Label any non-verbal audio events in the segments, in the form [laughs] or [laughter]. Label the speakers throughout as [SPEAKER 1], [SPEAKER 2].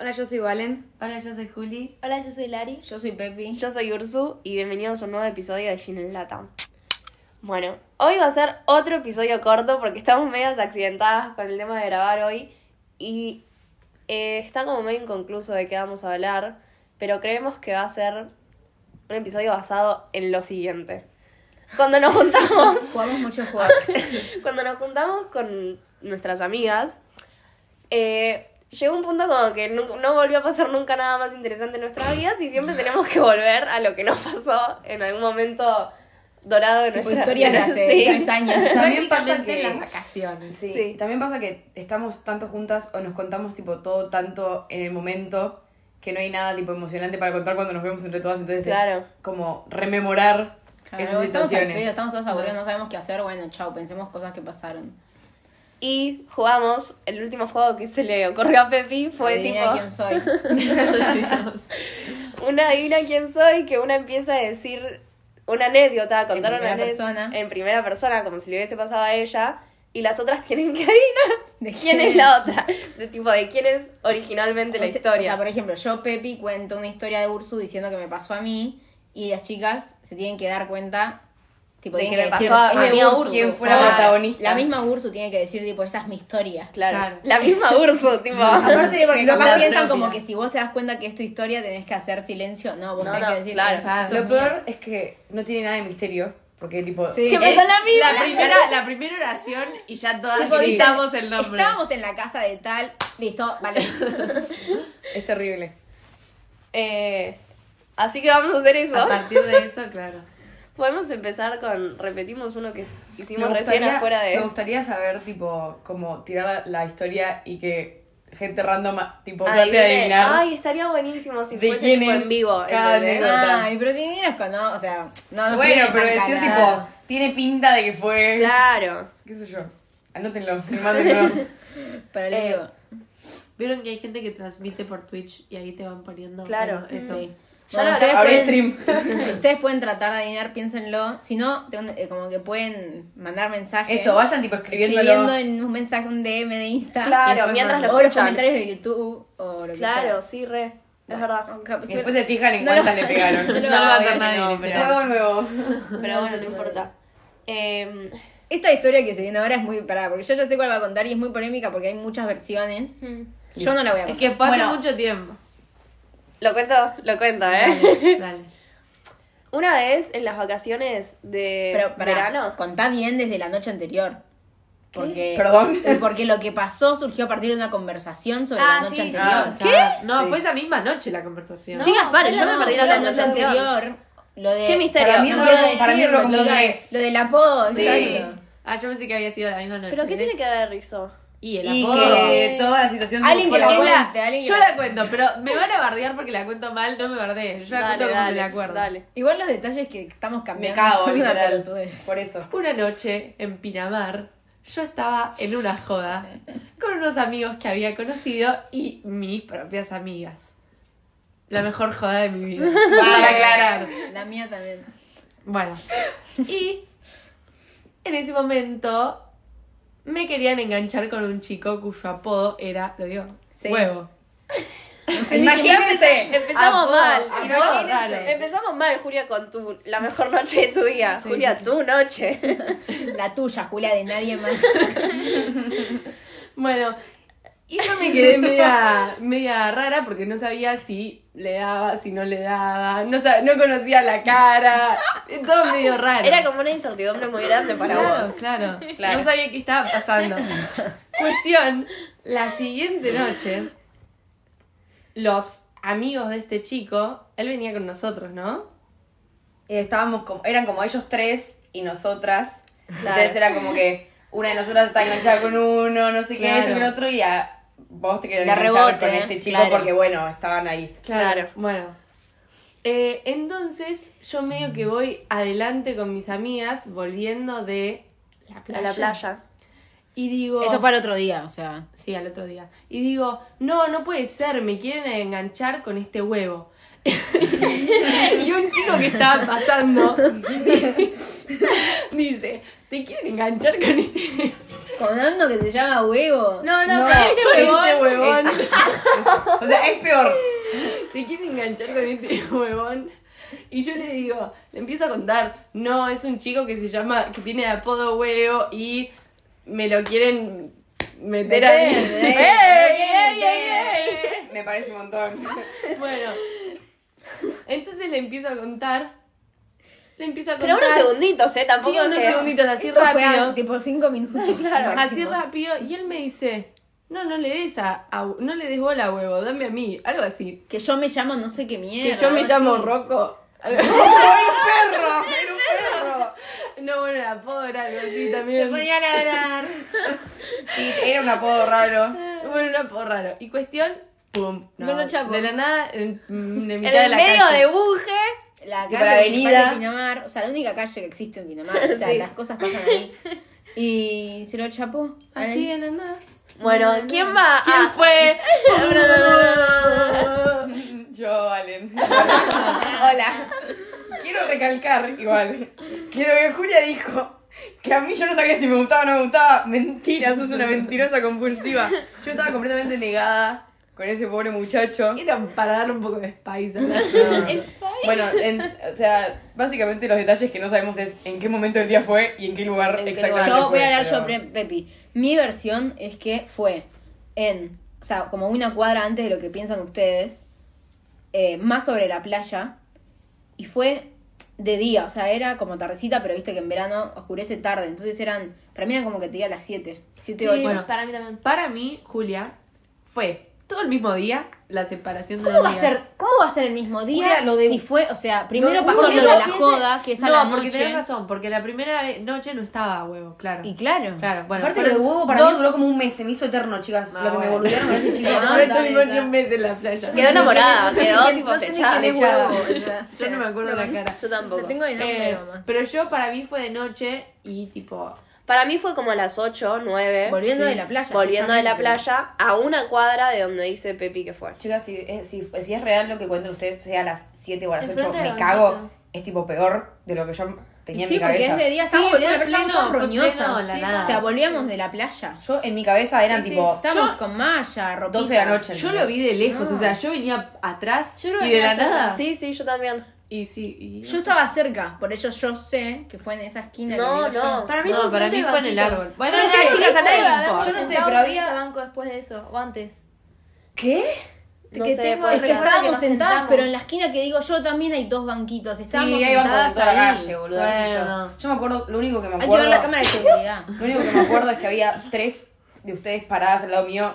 [SPEAKER 1] Hola, yo soy Valen.
[SPEAKER 2] Hola, yo soy Juli.
[SPEAKER 3] Hola, yo soy Lari.
[SPEAKER 4] Yo soy Pepi.
[SPEAKER 5] Yo soy Ursu y bienvenidos a un nuevo episodio de Gin en Lata. Bueno, hoy va a ser otro episodio corto porque estamos medias accidentadas con el tema de grabar hoy y eh, está como medio inconcluso de qué vamos a hablar, pero creemos que va a ser un episodio basado en lo siguiente. Cuando nos juntamos
[SPEAKER 4] Jugamos mucho a
[SPEAKER 5] [laughs]
[SPEAKER 4] jugar.
[SPEAKER 5] cuando nos juntamos con nuestras amigas, eh, llegó un punto como que nunca- no volvió a pasar nunca nada más interesante en nuestras vidas y siempre tenemos que volver a lo que nos pasó en algún momento dorado de
[SPEAKER 4] Tipo
[SPEAKER 5] nuestras
[SPEAKER 4] historia de
[SPEAKER 5] vidas.
[SPEAKER 4] hace
[SPEAKER 5] Sí.
[SPEAKER 4] tres
[SPEAKER 5] [laughs]
[SPEAKER 4] años.
[SPEAKER 1] También pasa
[SPEAKER 2] Prácticamente
[SPEAKER 1] que...
[SPEAKER 2] en las vacaciones.
[SPEAKER 1] Sí.
[SPEAKER 5] Sí.
[SPEAKER 1] También pasa que estamos tanto juntas o nos contamos tipo todo tanto en el momento que no hay nada tipo emocionante para contar cuando nos vemos entre todas, entonces
[SPEAKER 5] Claro.
[SPEAKER 1] es como rememorar
[SPEAKER 4] Claro,
[SPEAKER 1] esas
[SPEAKER 4] estamos al
[SPEAKER 1] situaciones.
[SPEAKER 4] pedo, estamos todos aburridos, no sabemos qué hacer. Bueno, chao, pensemos cosas que pasaron.
[SPEAKER 5] Y jugamos, el último juego que se le ocurrió a Pepi fue
[SPEAKER 4] Adivina
[SPEAKER 5] tipo...
[SPEAKER 4] quién
[SPEAKER 5] [laughs]
[SPEAKER 4] soy.
[SPEAKER 5] Una adivina quién soy, que una empieza a decir una anécdota, a contar una
[SPEAKER 4] primera
[SPEAKER 5] anécdota
[SPEAKER 4] persona.
[SPEAKER 5] en primera persona, como si le hubiese pasado a ella, y las otras [laughs] tienen que adivinar
[SPEAKER 4] ¿De
[SPEAKER 5] quién es la otra, de tipo de quién es originalmente
[SPEAKER 4] O
[SPEAKER 5] la
[SPEAKER 4] sea-
[SPEAKER 5] historia.
[SPEAKER 4] O sea, por ejemplo, yo, Pepi, cuento una historia de Ursu diciendo que me pasó a mí y las chicas se tienen que dar cuenta. Tipo,
[SPEAKER 5] De
[SPEAKER 4] tienen
[SPEAKER 5] que le
[SPEAKER 4] decir,
[SPEAKER 5] pasó a-
[SPEAKER 4] "Es
[SPEAKER 5] a
[SPEAKER 4] de
[SPEAKER 5] mí a
[SPEAKER 4] Ursu".
[SPEAKER 5] Ursu. ¿Quién
[SPEAKER 1] fue la
[SPEAKER 4] Claro.
[SPEAKER 1] protagonista?
[SPEAKER 4] La misma Ursu tiene que decir, tipo, esa es mi historia.
[SPEAKER 5] claro.
[SPEAKER 2] Claro.
[SPEAKER 5] La misma Ursu, tipo. [laughs]
[SPEAKER 1] Aparte,
[SPEAKER 4] Sí, Ah, porque
[SPEAKER 1] lo
[SPEAKER 4] capaz
[SPEAKER 1] peor-
[SPEAKER 4] piensan
[SPEAKER 2] propia.
[SPEAKER 4] como que si vos te das cuenta que es tu historia tenés que hacer silencio. No, vos
[SPEAKER 5] No,
[SPEAKER 4] tenés
[SPEAKER 5] no,
[SPEAKER 4] que decir, "Ah,
[SPEAKER 5] claro.
[SPEAKER 4] "Esa es
[SPEAKER 1] Lo
[SPEAKER 4] mía".
[SPEAKER 1] peor es que no tiene nada de misterio, porque tipo...
[SPEAKER 4] Sí.
[SPEAKER 5] Siempre
[SPEAKER 4] Eh,
[SPEAKER 5] son la misma.
[SPEAKER 2] La primera, la primera oración y ya todas
[SPEAKER 4] Tipo, dicen,
[SPEAKER 2] gritamos el nombre.
[SPEAKER 4] Estábamos en la casa de tal, listo, vale.
[SPEAKER 1] Es terrible.
[SPEAKER 5] Eh, así que vamos a hacer eso.
[SPEAKER 2] A partir de eso, claro.
[SPEAKER 5] Podemos empezar con. Repetimos uno que
[SPEAKER 1] Me
[SPEAKER 5] hicimos recién
[SPEAKER 1] gustaría-
[SPEAKER 5] afuera de.
[SPEAKER 1] Me gustaría saber, tipo, como tirar la, la historia y que gente random, tipo, trate de
[SPEAKER 5] Adivine.
[SPEAKER 1] adivinar.
[SPEAKER 5] Ay, estaría buenísimo si
[SPEAKER 1] de
[SPEAKER 5] fuese
[SPEAKER 1] quién
[SPEAKER 5] tipo
[SPEAKER 1] es
[SPEAKER 5] en vivo.
[SPEAKER 1] cada
[SPEAKER 5] ¿entendés?
[SPEAKER 1] anécdota.
[SPEAKER 4] Ay, pero si ni nos cono- o sea, no nos
[SPEAKER 1] bueno,
[SPEAKER 4] tienen
[SPEAKER 1] pero
[SPEAKER 4] tan
[SPEAKER 1] decir,
[SPEAKER 4] caladas.
[SPEAKER 1] tipo, tiene pinta de que fue...
[SPEAKER 5] Claro.
[SPEAKER 1] ¿Qué sé yo? Anótenlo, [laughs] y mándenlos.
[SPEAKER 4] Pero
[SPEAKER 5] Eh,
[SPEAKER 4] le digo,
[SPEAKER 2] Vieron que hay gente que transmite por Twitch y ahí te van poniendo.
[SPEAKER 5] Claro.
[SPEAKER 2] bueno, eso.
[SPEAKER 4] sí.
[SPEAKER 5] Ya
[SPEAKER 4] Bueno,
[SPEAKER 5] lo
[SPEAKER 4] ustedes
[SPEAKER 5] hablamos.
[SPEAKER 1] Abre
[SPEAKER 4] pueden-
[SPEAKER 1] stream.
[SPEAKER 4] Si [laughs] ustedes pueden tratar de adivinar, piénsenlo. Si no, tengo- eh, como que pueden mandar mensajes.
[SPEAKER 1] Eso, vayan, tipo, escribiéndolo.
[SPEAKER 4] Escribiendo en un mensaje, un DM de Insta.
[SPEAKER 5] Claro,
[SPEAKER 4] Después
[SPEAKER 5] mientras
[SPEAKER 4] mandar-
[SPEAKER 5] lo
[SPEAKER 4] O los
[SPEAKER 5] escuchan.
[SPEAKER 4] comentarios de YouTube o lo que sea.
[SPEAKER 5] Claro, sí, re. Es verdad.
[SPEAKER 4] Capaz-
[SPEAKER 1] Y después se fijan en
[SPEAKER 4] No
[SPEAKER 1] cuántas
[SPEAKER 4] lo-
[SPEAKER 1] le pegaron.
[SPEAKER 4] [laughs] No lo
[SPEAKER 2] No lo va a hacer
[SPEAKER 4] obviamente
[SPEAKER 2] nadie,
[SPEAKER 4] no,
[SPEAKER 2] literal.
[SPEAKER 4] pero-
[SPEAKER 1] Juego nuevo.
[SPEAKER 5] Pero bueno, no importa. Eh,
[SPEAKER 4] Esta historia que se viene ahora es muy parada, porque yo ya sé cuál va a contar y es muy polémica porque hay muchas versiones. Yo no la voy a
[SPEAKER 2] Es
[SPEAKER 4] contar.
[SPEAKER 2] que fue hace
[SPEAKER 1] Bueno.
[SPEAKER 2] mucho tiempo.
[SPEAKER 5] lo cuento, lo cuento, ¿eh?
[SPEAKER 2] Dale, dale.
[SPEAKER 5] Una vez en las vacaciones de
[SPEAKER 4] Pero pará,
[SPEAKER 5] verano.
[SPEAKER 4] contá bien desde la noche anterior. Porque,
[SPEAKER 1] Perdón.
[SPEAKER 4] porque lo que pasó surgió a partir de una conversación sobre
[SPEAKER 5] Ah,
[SPEAKER 4] la noche
[SPEAKER 5] sí, sí.
[SPEAKER 4] anterior.
[SPEAKER 5] ¿Qué?
[SPEAKER 2] Ah, No,
[SPEAKER 1] Sí.
[SPEAKER 2] fue esa misma noche la conversación.
[SPEAKER 5] No, Chicas, paren, yo
[SPEAKER 4] no,
[SPEAKER 5] me perdí la
[SPEAKER 4] fue noche
[SPEAKER 5] conversación.
[SPEAKER 4] anterior. Lo de,
[SPEAKER 5] Qué misterio.
[SPEAKER 1] Para mí
[SPEAKER 4] No
[SPEAKER 1] es
[SPEAKER 4] quiero
[SPEAKER 1] otro- para mí es
[SPEAKER 4] decirlo,
[SPEAKER 1] otro
[SPEAKER 4] chicas.
[SPEAKER 1] mes.
[SPEAKER 4] Lo del apodo,
[SPEAKER 2] Sí.
[SPEAKER 4] exacto.
[SPEAKER 2] Ah, yo pensé que había sido la misma noche.
[SPEAKER 5] ¿Pero qué
[SPEAKER 2] ¿ves?
[SPEAKER 5] tiene que ver Rizzo?
[SPEAKER 2] Y el
[SPEAKER 1] Y
[SPEAKER 2] apodo.
[SPEAKER 1] que toda la situación... de-
[SPEAKER 4] Alguien que
[SPEAKER 1] Por
[SPEAKER 4] lo
[SPEAKER 1] favor,
[SPEAKER 2] Es la-
[SPEAKER 4] cuente, alguien que
[SPEAKER 2] yo
[SPEAKER 4] lo
[SPEAKER 2] la cuento, pero me van a bardear porque la cuento mal, no me bardeen. Yo la cuento como me la acuerdo.
[SPEAKER 5] dale.
[SPEAKER 4] Igual los detalles que estamos
[SPEAKER 1] Me
[SPEAKER 4] cambiando
[SPEAKER 1] cago,
[SPEAKER 4] son [laughs] una
[SPEAKER 1] literal.
[SPEAKER 4] pelotudez.
[SPEAKER 1] Por eso.
[SPEAKER 4] [laughs]
[SPEAKER 2] Una noche en Pinamar, yo estaba en una joda con unos amigos que había conocido y mis propias amigas. La mejor joda de mi vida. Para aclarar.
[SPEAKER 4] La mía también.
[SPEAKER 2] Bueno. Y en ese momento me querían enganchar con un chico cuyo apodo era, lo digo,
[SPEAKER 4] Sí.
[SPEAKER 2] huevo.
[SPEAKER 4] No sé,
[SPEAKER 1] Imagínense.
[SPEAKER 5] Empezamos
[SPEAKER 2] Apodo,
[SPEAKER 5] mal.
[SPEAKER 2] apodo
[SPEAKER 5] Empezamos-
[SPEAKER 2] raro.
[SPEAKER 5] Empezamos mal, Julia, con tu la mejor noche de tu vida. Julia, tu noche.
[SPEAKER 4] La tuya, Julia, de nadie más.
[SPEAKER 2] Bueno, y yo me quedé media, media rara porque no sabía si le daba, si no le daba, no, sab- no conocía la cara, todo medio raro.
[SPEAKER 5] Era como una incertidumbre muy grande para
[SPEAKER 2] claro,
[SPEAKER 5] vos.
[SPEAKER 2] Claro,
[SPEAKER 5] Claro.
[SPEAKER 2] No sabía qué estaba
[SPEAKER 5] [laughs]
[SPEAKER 2] pasando. Cuestión, la siguiente noche, los amigos de este chico, él venía con nosotros, ¿no?
[SPEAKER 1] Eh, estábamos como, eran como ellos tres y nosotras.
[SPEAKER 5] Claro.
[SPEAKER 1] Entonces era como que una de nosotras está enganchada con uno, no sé qué,
[SPEAKER 2] Claro.
[SPEAKER 1] esto, que el otro, y a vos te querés
[SPEAKER 4] La
[SPEAKER 1] enganchar
[SPEAKER 4] rebote,
[SPEAKER 1] con este chico
[SPEAKER 4] claro.
[SPEAKER 1] porque bueno, estaban ahí.
[SPEAKER 5] Claro.
[SPEAKER 2] Bueno. Eh, entonces, yo medio que voy adelante con mis amigas, volviendo de la playa.
[SPEAKER 5] A la playa.
[SPEAKER 2] Y digo.
[SPEAKER 4] Esto fue al otro día, o sea.
[SPEAKER 2] Sí, al otro día. Y digo, no, no puede ser, me quieren enganchar con este huevo. [laughs] y un chico que estaba [laughs] [laughs] pasando dice, te quieren enganchar con este
[SPEAKER 4] Con Ando que se llama huevo.
[SPEAKER 2] No, no,
[SPEAKER 1] No,
[SPEAKER 2] con este huevón.
[SPEAKER 1] este huevón.
[SPEAKER 2] es-
[SPEAKER 1] O sea, es peor.
[SPEAKER 2] te quiere enganchar con este huevón. Y yo le digo, le empiezo a contar, no, es un chico que se llama, que tiene de apodo huevo y me lo quieren meter a mí.
[SPEAKER 4] Meter, eh,
[SPEAKER 2] [laughs] ¡Ey, ey,
[SPEAKER 4] meter.
[SPEAKER 2] ey, ey!
[SPEAKER 1] Me parece un
[SPEAKER 4] [laughs]
[SPEAKER 1] montón.
[SPEAKER 2] Bueno, entonces le empiezo a contar. Le empiezo a
[SPEAKER 5] Pero
[SPEAKER 2] contar.
[SPEAKER 5] unos segunditos, ¿eh?
[SPEAKER 2] Sí,
[SPEAKER 5] Tampoco
[SPEAKER 2] unos
[SPEAKER 5] que-
[SPEAKER 2] segunditos, así
[SPEAKER 4] Esto fue
[SPEAKER 2] rápido.
[SPEAKER 4] a, tipo 5
[SPEAKER 2] [laughs]
[SPEAKER 4] minutos.
[SPEAKER 5] Claro.
[SPEAKER 2] Así
[SPEAKER 4] máximo.
[SPEAKER 2] rápido. Y él me dice, no, no le des a, a- no le des bola a huevo, dame a mí. Algo así.
[SPEAKER 4] Que yo me llamo no sé qué mierda.
[SPEAKER 2] Que yo me
[SPEAKER 4] algo
[SPEAKER 2] llamo
[SPEAKER 4] así.
[SPEAKER 2] Rocco. [laughs]
[SPEAKER 1] ¡Perro! ¡Era un perro!
[SPEAKER 2] No, bueno, la pobre, algo así también.
[SPEAKER 4] Se ponía a ladrar.
[SPEAKER 1] Sí, era un apodo raro.
[SPEAKER 2] Bueno, era por raro. Y cuestión, pum.
[SPEAKER 4] Me lo chapo.
[SPEAKER 2] De la nada, en, en la
[SPEAKER 5] En
[SPEAKER 2] mitad
[SPEAKER 5] el
[SPEAKER 2] de la
[SPEAKER 5] medio
[SPEAKER 2] calle.
[SPEAKER 5] de Buje.
[SPEAKER 4] La
[SPEAKER 1] Tipo
[SPEAKER 4] calle
[SPEAKER 1] la
[SPEAKER 4] principal
[SPEAKER 1] avenida.
[SPEAKER 4] de Pinamar. O sea, la única calle que existe en
[SPEAKER 2] [laughs]
[SPEAKER 4] Pinamar. O sea,
[SPEAKER 5] Sí.
[SPEAKER 4] las cosas pasan ahí. Y se lo chapó. a él.
[SPEAKER 2] Así de
[SPEAKER 4] [laughs]
[SPEAKER 2] la nada.
[SPEAKER 5] Bueno, ¿quién va
[SPEAKER 2] ¿Quién
[SPEAKER 5] a...? [laughs]
[SPEAKER 2] fue?
[SPEAKER 1] [laughs] Yo,
[SPEAKER 4] [laughs]
[SPEAKER 1] Valen. Hola. Quiero recalcar, igual, que lo que Julia dijo, que a mí yo no sabía si me gustaba o no me gustaba. Mentira, sos una mentirosa compulsiva. Yo estaba completamente negada con ese pobre
[SPEAKER 4] [laughs]
[SPEAKER 1] muchacho.
[SPEAKER 2] Era para darle un poco de spice a la
[SPEAKER 1] Bueno, en- o sea, básicamente los detalles que no sabemos es en qué momento del día fue y en qué lugar
[SPEAKER 5] En qué
[SPEAKER 1] exactamente.
[SPEAKER 4] Yo voy
[SPEAKER 1] fue,
[SPEAKER 4] a hablar
[SPEAKER 1] pero-
[SPEAKER 4] sobre Pepi. Mi versión es que fue en, o sea, como una cuadra antes de lo que piensan ustedes, eh, más sobre la playa, y fue de día, o sea, era como tardecita, pero viste que en verano oscurece tarde, entonces eran, para mí eran como que te diga las 7, 7, 8.
[SPEAKER 2] bueno.
[SPEAKER 5] para mí también.
[SPEAKER 2] Para mí, Julia, fue todo el mismo día la separación de
[SPEAKER 4] ¿Cómo va, a
[SPEAKER 2] amigas.
[SPEAKER 4] ser, ¿Cómo va a ser el mismo día?
[SPEAKER 1] Julia, lo de-
[SPEAKER 4] Si fue, o sea,
[SPEAKER 1] lo
[SPEAKER 4] primero
[SPEAKER 1] de-
[SPEAKER 4] pasó lo
[SPEAKER 1] porque
[SPEAKER 4] de
[SPEAKER 1] ella
[SPEAKER 4] la
[SPEAKER 2] piensa-
[SPEAKER 4] joda, que es a
[SPEAKER 2] no,
[SPEAKER 4] la
[SPEAKER 2] porque tenés
[SPEAKER 4] noche.
[SPEAKER 2] razón, porque la primera ve- noche no estaba a huevo, claro.
[SPEAKER 4] Y claro.
[SPEAKER 2] Claro, bueno.
[SPEAKER 1] Aparte, lo
[SPEAKER 2] fueron
[SPEAKER 1] de huevo para
[SPEAKER 2] dos-
[SPEAKER 1] mí duró como un mes, se me hizo eterno, chicas.
[SPEAKER 4] Ah,
[SPEAKER 1] lo que me
[SPEAKER 4] bueno.
[SPEAKER 1] volvieron con ese
[SPEAKER 2] [laughs]
[SPEAKER 1] chico.
[SPEAKER 2] No,
[SPEAKER 4] Ah,
[SPEAKER 2] no
[SPEAKER 4] dale,
[SPEAKER 2] estuvimos ni
[SPEAKER 4] ya.
[SPEAKER 2] un mes en la playa.
[SPEAKER 5] Quedó enamorada, quedó
[SPEAKER 4] no sé ni-
[SPEAKER 5] tipo
[SPEAKER 4] no sé ni
[SPEAKER 5] flechada,
[SPEAKER 4] quién es
[SPEAKER 5] flechada.
[SPEAKER 4] huevo,
[SPEAKER 2] [laughs]
[SPEAKER 4] o sea,
[SPEAKER 2] Yo no me acuerdo la cara.
[SPEAKER 5] Yo tampoco.
[SPEAKER 4] Lo tengo de nombre
[SPEAKER 2] Eh,
[SPEAKER 4] nomás.
[SPEAKER 2] pero yo para mí fue de noche y tipo
[SPEAKER 5] Para mí fue como a las 8, 9.
[SPEAKER 4] Volviendo
[SPEAKER 2] Sí.
[SPEAKER 4] de la playa.
[SPEAKER 5] volviendo de la
[SPEAKER 4] justamente.
[SPEAKER 5] playa a una cuadra de donde dice Pepi que fue.
[SPEAKER 1] Chicas, si, eh, si, si es real lo que cuentan ustedes, sea a las 7 o a las 8,
[SPEAKER 5] Enfrente de
[SPEAKER 1] me
[SPEAKER 5] la
[SPEAKER 1] cago.
[SPEAKER 5] banqueta.
[SPEAKER 1] Es tipo peor de lo que yo
[SPEAKER 4] Y
[SPEAKER 1] tenía en
[SPEAKER 4] sí,
[SPEAKER 1] mi
[SPEAKER 4] porque
[SPEAKER 1] cabeza.
[SPEAKER 4] es de día, estábamos
[SPEAKER 2] Sí,
[SPEAKER 4] volviendo de
[SPEAKER 2] fue
[SPEAKER 4] la playa, estábamos
[SPEAKER 2] pleno,
[SPEAKER 4] todas
[SPEAKER 2] fue pleno,
[SPEAKER 4] roñosas.
[SPEAKER 2] la
[SPEAKER 4] sí.
[SPEAKER 2] nada.
[SPEAKER 4] O sea, volvíamos de la playa.
[SPEAKER 1] Yo en mi cabeza eran
[SPEAKER 4] Sí, sí,
[SPEAKER 1] tipo
[SPEAKER 4] estábamos
[SPEAKER 2] yo-
[SPEAKER 4] con malla, ropita.
[SPEAKER 1] 12 de la noche.
[SPEAKER 2] yo lo vi de lejos,
[SPEAKER 4] No.
[SPEAKER 2] o sea, yo venía atrás y de
[SPEAKER 5] veía
[SPEAKER 2] la
[SPEAKER 5] cerca.
[SPEAKER 2] nada.
[SPEAKER 5] Sí, sí, yo también.
[SPEAKER 2] Y sí, y-
[SPEAKER 4] Yo estaba cerca, por eso yo sé que fue en esa esquina que
[SPEAKER 5] No,
[SPEAKER 4] me dio
[SPEAKER 5] no.
[SPEAKER 4] yo.
[SPEAKER 3] Para mí,
[SPEAKER 2] No,
[SPEAKER 3] fue
[SPEAKER 2] para mí
[SPEAKER 3] enfrente del
[SPEAKER 2] fue en el
[SPEAKER 3] banquito.
[SPEAKER 2] árbol. Bueno,
[SPEAKER 1] Yo no
[SPEAKER 2] nada,
[SPEAKER 1] sé,
[SPEAKER 2] chicas, a nadie
[SPEAKER 3] Puede
[SPEAKER 2] le
[SPEAKER 3] haber
[SPEAKER 2] importa.
[SPEAKER 1] Yo no sé,
[SPEAKER 3] sentado
[SPEAKER 1] pero
[SPEAKER 3] en ese
[SPEAKER 1] había-
[SPEAKER 3] banco después de eso, o antes.
[SPEAKER 1] ¿Qué?
[SPEAKER 5] No
[SPEAKER 3] Que
[SPEAKER 5] sé,
[SPEAKER 3] tengo
[SPEAKER 5] puede
[SPEAKER 4] Es
[SPEAKER 3] el
[SPEAKER 4] que
[SPEAKER 5] ser.
[SPEAKER 3] recuerdo
[SPEAKER 4] estábamos
[SPEAKER 3] nos
[SPEAKER 4] sentadas,
[SPEAKER 3] sentamos.
[SPEAKER 4] pero en la esquina que digo yo también hay dos banquitos. Estábamos
[SPEAKER 1] Sí, ahí van por
[SPEAKER 4] sentadas
[SPEAKER 1] toda la
[SPEAKER 4] ahí.
[SPEAKER 1] calle, boludo. qué sé
[SPEAKER 2] Bueno.
[SPEAKER 1] Yo. yo me acuerdo, lo único que me
[SPEAKER 4] Hay
[SPEAKER 1] acuerdo.
[SPEAKER 4] que ver la cámara de seguridad.
[SPEAKER 1] Lo único que me acuerdo es que había tres de ustedes paradas al lado mío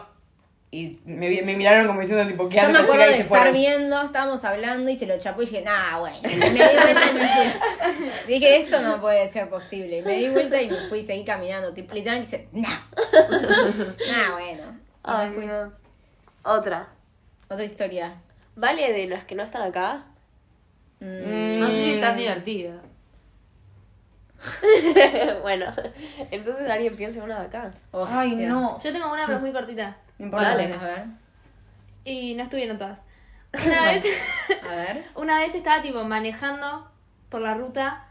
[SPEAKER 1] y me, vi- me miraron como diciendo tipo, ¿qué
[SPEAKER 4] Yo
[SPEAKER 1] haces
[SPEAKER 4] me
[SPEAKER 1] con
[SPEAKER 4] acuerdo
[SPEAKER 1] chica?
[SPEAKER 4] de
[SPEAKER 1] Y se
[SPEAKER 4] estar
[SPEAKER 1] fueron.
[SPEAKER 4] viendo, estábamos hablando y se lo chapó y dije, nah, bueno. Y me di vuelta y
[SPEAKER 1] [laughs]
[SPEAKER 4] me fui. Dije, esto no puede ser posible. Y me di vuelta y me fui y seguí caminando. Tipo, literalmente dice,
[SPEAKER 1] [laughs]
[SPEAKER 4] nah. nah, bueno.
[SPEAKER 5] Ay, no. Otra.
[SPEAKER 4] Otra historia.
[SPEAKER 5] ¿Vale de las que no están acá? [laughs]
[SPEAKER 4] Mm.
[SPEAKER 2] No sé si es tan
[SPEAKER 1] Mm.
[SPEAKER 2] divertida.
[SPEAKER 5] bueno, entonces alguien piensa en una de acá.
[SPEAKER 1] Ay,
[SPEAKER 4] Hostia.
[SPEAKER 1] no.
[SPEAKER 3] Yo tengo una, pero es muy cortita.
[SPEAKER 1] No importa.
[SPEAKER 4] Bueno, Dale. A ver.
[SPEAKER 3] Y no estuvieron todas. Una vez,
[SPEAKER 4] A ver.
[SPEAKER 3] una vez estaba tipo manejando por la ruta.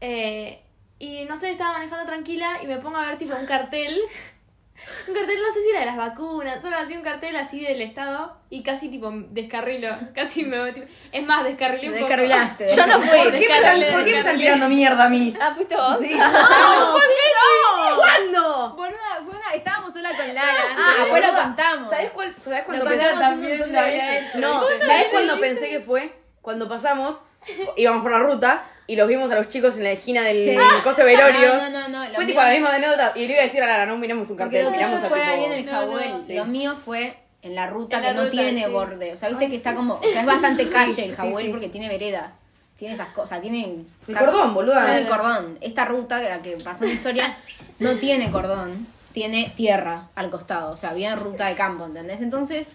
[SPEAKER 3] eh, y no sé, estaba manejando tranquila y me pongo a ver tipo un cartel. Un cartel, no sé si era de las vacunas, solo así un cartel así del estado y casi tipo descarrilo, [laughs] casi me metí. Es más, descarrilé un poco.
[SPEAKER 4] Descarrilaste.
[SPEAKER 5] Yo no fui.
[SPEAKER 1] ¿Por qué, me
[SPEAKER 3] Descarrilé,
[SPEAKER 1] están, ¿Por qué me están
[SPEAKER 3] descarrilé.
[SPEAKER 1] tirando mierda a mí?
[SPEAKER 5] Ah, ¿fuiste
[SPEAKER 4] [laughs]
[SPEAKER 5] vos?
[SPEAKER 1] Sí.
[SPEAKER 4] Ah, ¿Cuándo? Boluda, boluda, estábamos sola con Lara. Ah,
[SPEAKER 1] Ah,
[SPEAKER 4] después lo
[SPEAKER 1] boluda,
[SPEAKER 4] contamos.
[SPEAKER 1] ¿Sabes cuál? ¿Sabes cuándo
[SPEAKER 4] Lo
[SPEAKER 1] pensé
[SPEAKER 4] contamos un
[SPEAKER 1] también
[SPEAKER 4] montón
[SPEAKER 1] la
[SPEAKER 4] de
[SPEAKER 1] había
[SPEAKER 4] veces.
[SPEAKER 1] hecho? No, ¿sabes cuándo pensé que fue? Cuando pasamos, íbamos por la ruta y los vimos a los chicos en la esquina del
[SPEAKER 4] Sí. Ah,
[SPEAKER 1] Coso Velorios.
[SPEAKER 4] No, no, no, no, lo
[SPEAKER 1] Fue
[SPEAKER 4] mío-
[SPEAKER 1] tipo la misma anécdota. Y le iba a decir a Lara, no miramos un
[SPEAKER 4] Porque
[SPEAKER 1] cartel,
[SPEAKER 4] lo que
[SPEAKER 1] miramos
[SPEAKER 4] yo
[SPEAKER 1] a
[SPEAKER 4] fue
[SPEAKER 1] tipo-
[SPEAKER 4] ahí en el
[SPEAKER 3] No,
[SPEAKER 4] Jawel.
[SPEAKER 3] no,
[SPEAKER 1] sí.
[SPEAKER 4] Lo mío fue en la ruta
[SPEAKER 3] En
[SPEAKER 4] que
[SPEAKER 3] la
[SPEAKER 4] no
[SPEAKER 3] ruta,
[SPEAKER 4] tiene
[SPEAKER 3] sí.
[SPEAKER 4] borde. O sea, viste que está como. O sea, es
[SPEAKER 3] [laughs]
[SPEAKER 4] bastante calle el
[SPEAKER 1] sí,
[SPEAKER 4] Jawel
[SPEAKER 1] sí.
[SPEAKER 4] porque tiene vereda. Tiene esas cosas. Tiene.
[SPEAKER 1] El cordón, boluda.
[SPEAKER 4] Tiene el cordón. Esta ruta, la que pasó en la historia, no tiene cordón. Tiene tierra al costado. O sea, bien ruta de campo, ¿entendés? Entonces.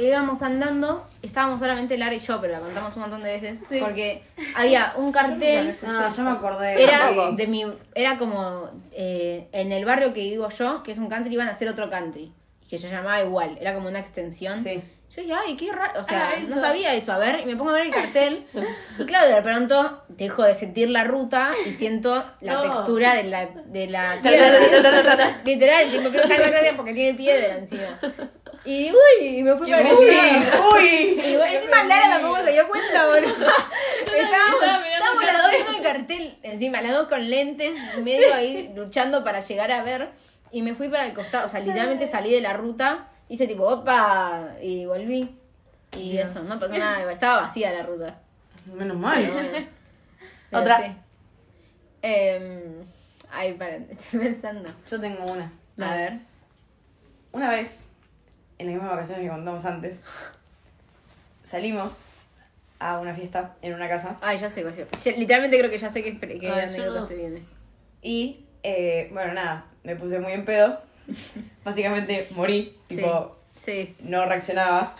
[SPEAKER 4] Íbamos andando, estábamos solamente Lara y yo, pero la contamos un montón de veces,
[SPEAKER 3] Sí.
[SPEAKER 4] porque había un cartel
[SPEAKER 1] Ah, ya me acordé.
[SPEAKER 4] era
[SPEAKER 1] Sí.
[SPEAKER 4] de mi era como eh, en el barrio que vivo yo que es un country iban a hacer otro country que se llamaba igual, era como una extensión.
[SPEAKER 1] Sí.
[SPEAKER 4] Yo dije, ay, qué raro, o sea,
[SPEAKER 3] Ah, eso.
[SPEAKER 4] no sabía eso, a ver, y me pongo a ver el cartel. Y claro, de pronto dejo de sentir la ruta y siento la
[SPEAKER 3] No.
[SPEAKER 4] textura de la, de la
[SPEAKER 5] Ta, ta, ta, ta,
[SPEAKER 4] tierra.
[SPEAKER 5] ta, ta, ta.
[SPEAKER 4] Literal, tipo, que- porque tiene piedra encima. Y digo, uy, y me fui para el
[SPEAKER 1] Uy,
[SPEAKER 4] lado.
[SPEAKER 1] uy.
[SPEAKER 4] Y bueno, encima Lara tampoco se dio cuenta,
[SPEAKER 3] [laughs]
[SPEAKER 4] boludo. Estábamos,
[SPEAKER 3] estaba mirando
[SPEAKER 4] estábamos
[SPEAKER 3] el
[SPEAKER 4] las dos
[SPEAKER 3] cartel.
[SPEAKER 4] viendo el cartel, encima las dos con lentes, medio
[SPEAKER 3] [laughs]
[SPEAKER 4] ahí luchando para llegar a ver. Y me fui para el costado, o sea, literalmente salí de la ruta, hice tipo, opa, y volví. Y eso, no pasó nada, estaba vacía la ruta.
[SPEAKER 1] Menos
[SPEAKER 4] Pero
[SPEAKER 1] mal.
[SPEAKER 3] [laughs]
[SPEAKER 4] bueno. Pero
[SPEAKER 2] Otra.
[SPEAKER 4] sí. Em, ay, paren, [laughs] estoy pensando.
[SPEAKER 1] Yo tengo una.
[SPEAKER 4] A ver.
[SPEAKER 1] Una vez, en las mismas vacaciones que contamos antes, salimos a una fiesta en una casa
[SPEAKER 4] Ay, ya sé cuál es. Yo Literalmente creo que ya sé qué, que
[SPEAKER 3] Ay, yo
[SPEAKER 4] anécdota
[SPEAKER 3] no.
[SPEAKER 4] se viene.
[SPEAKER 1] y, eh, bueno, nada, me puse muy en pedo. Básicamente morí, tipo,
[SPEAKER 4] Sí.
[SPEAKER 1] no reaccionaba.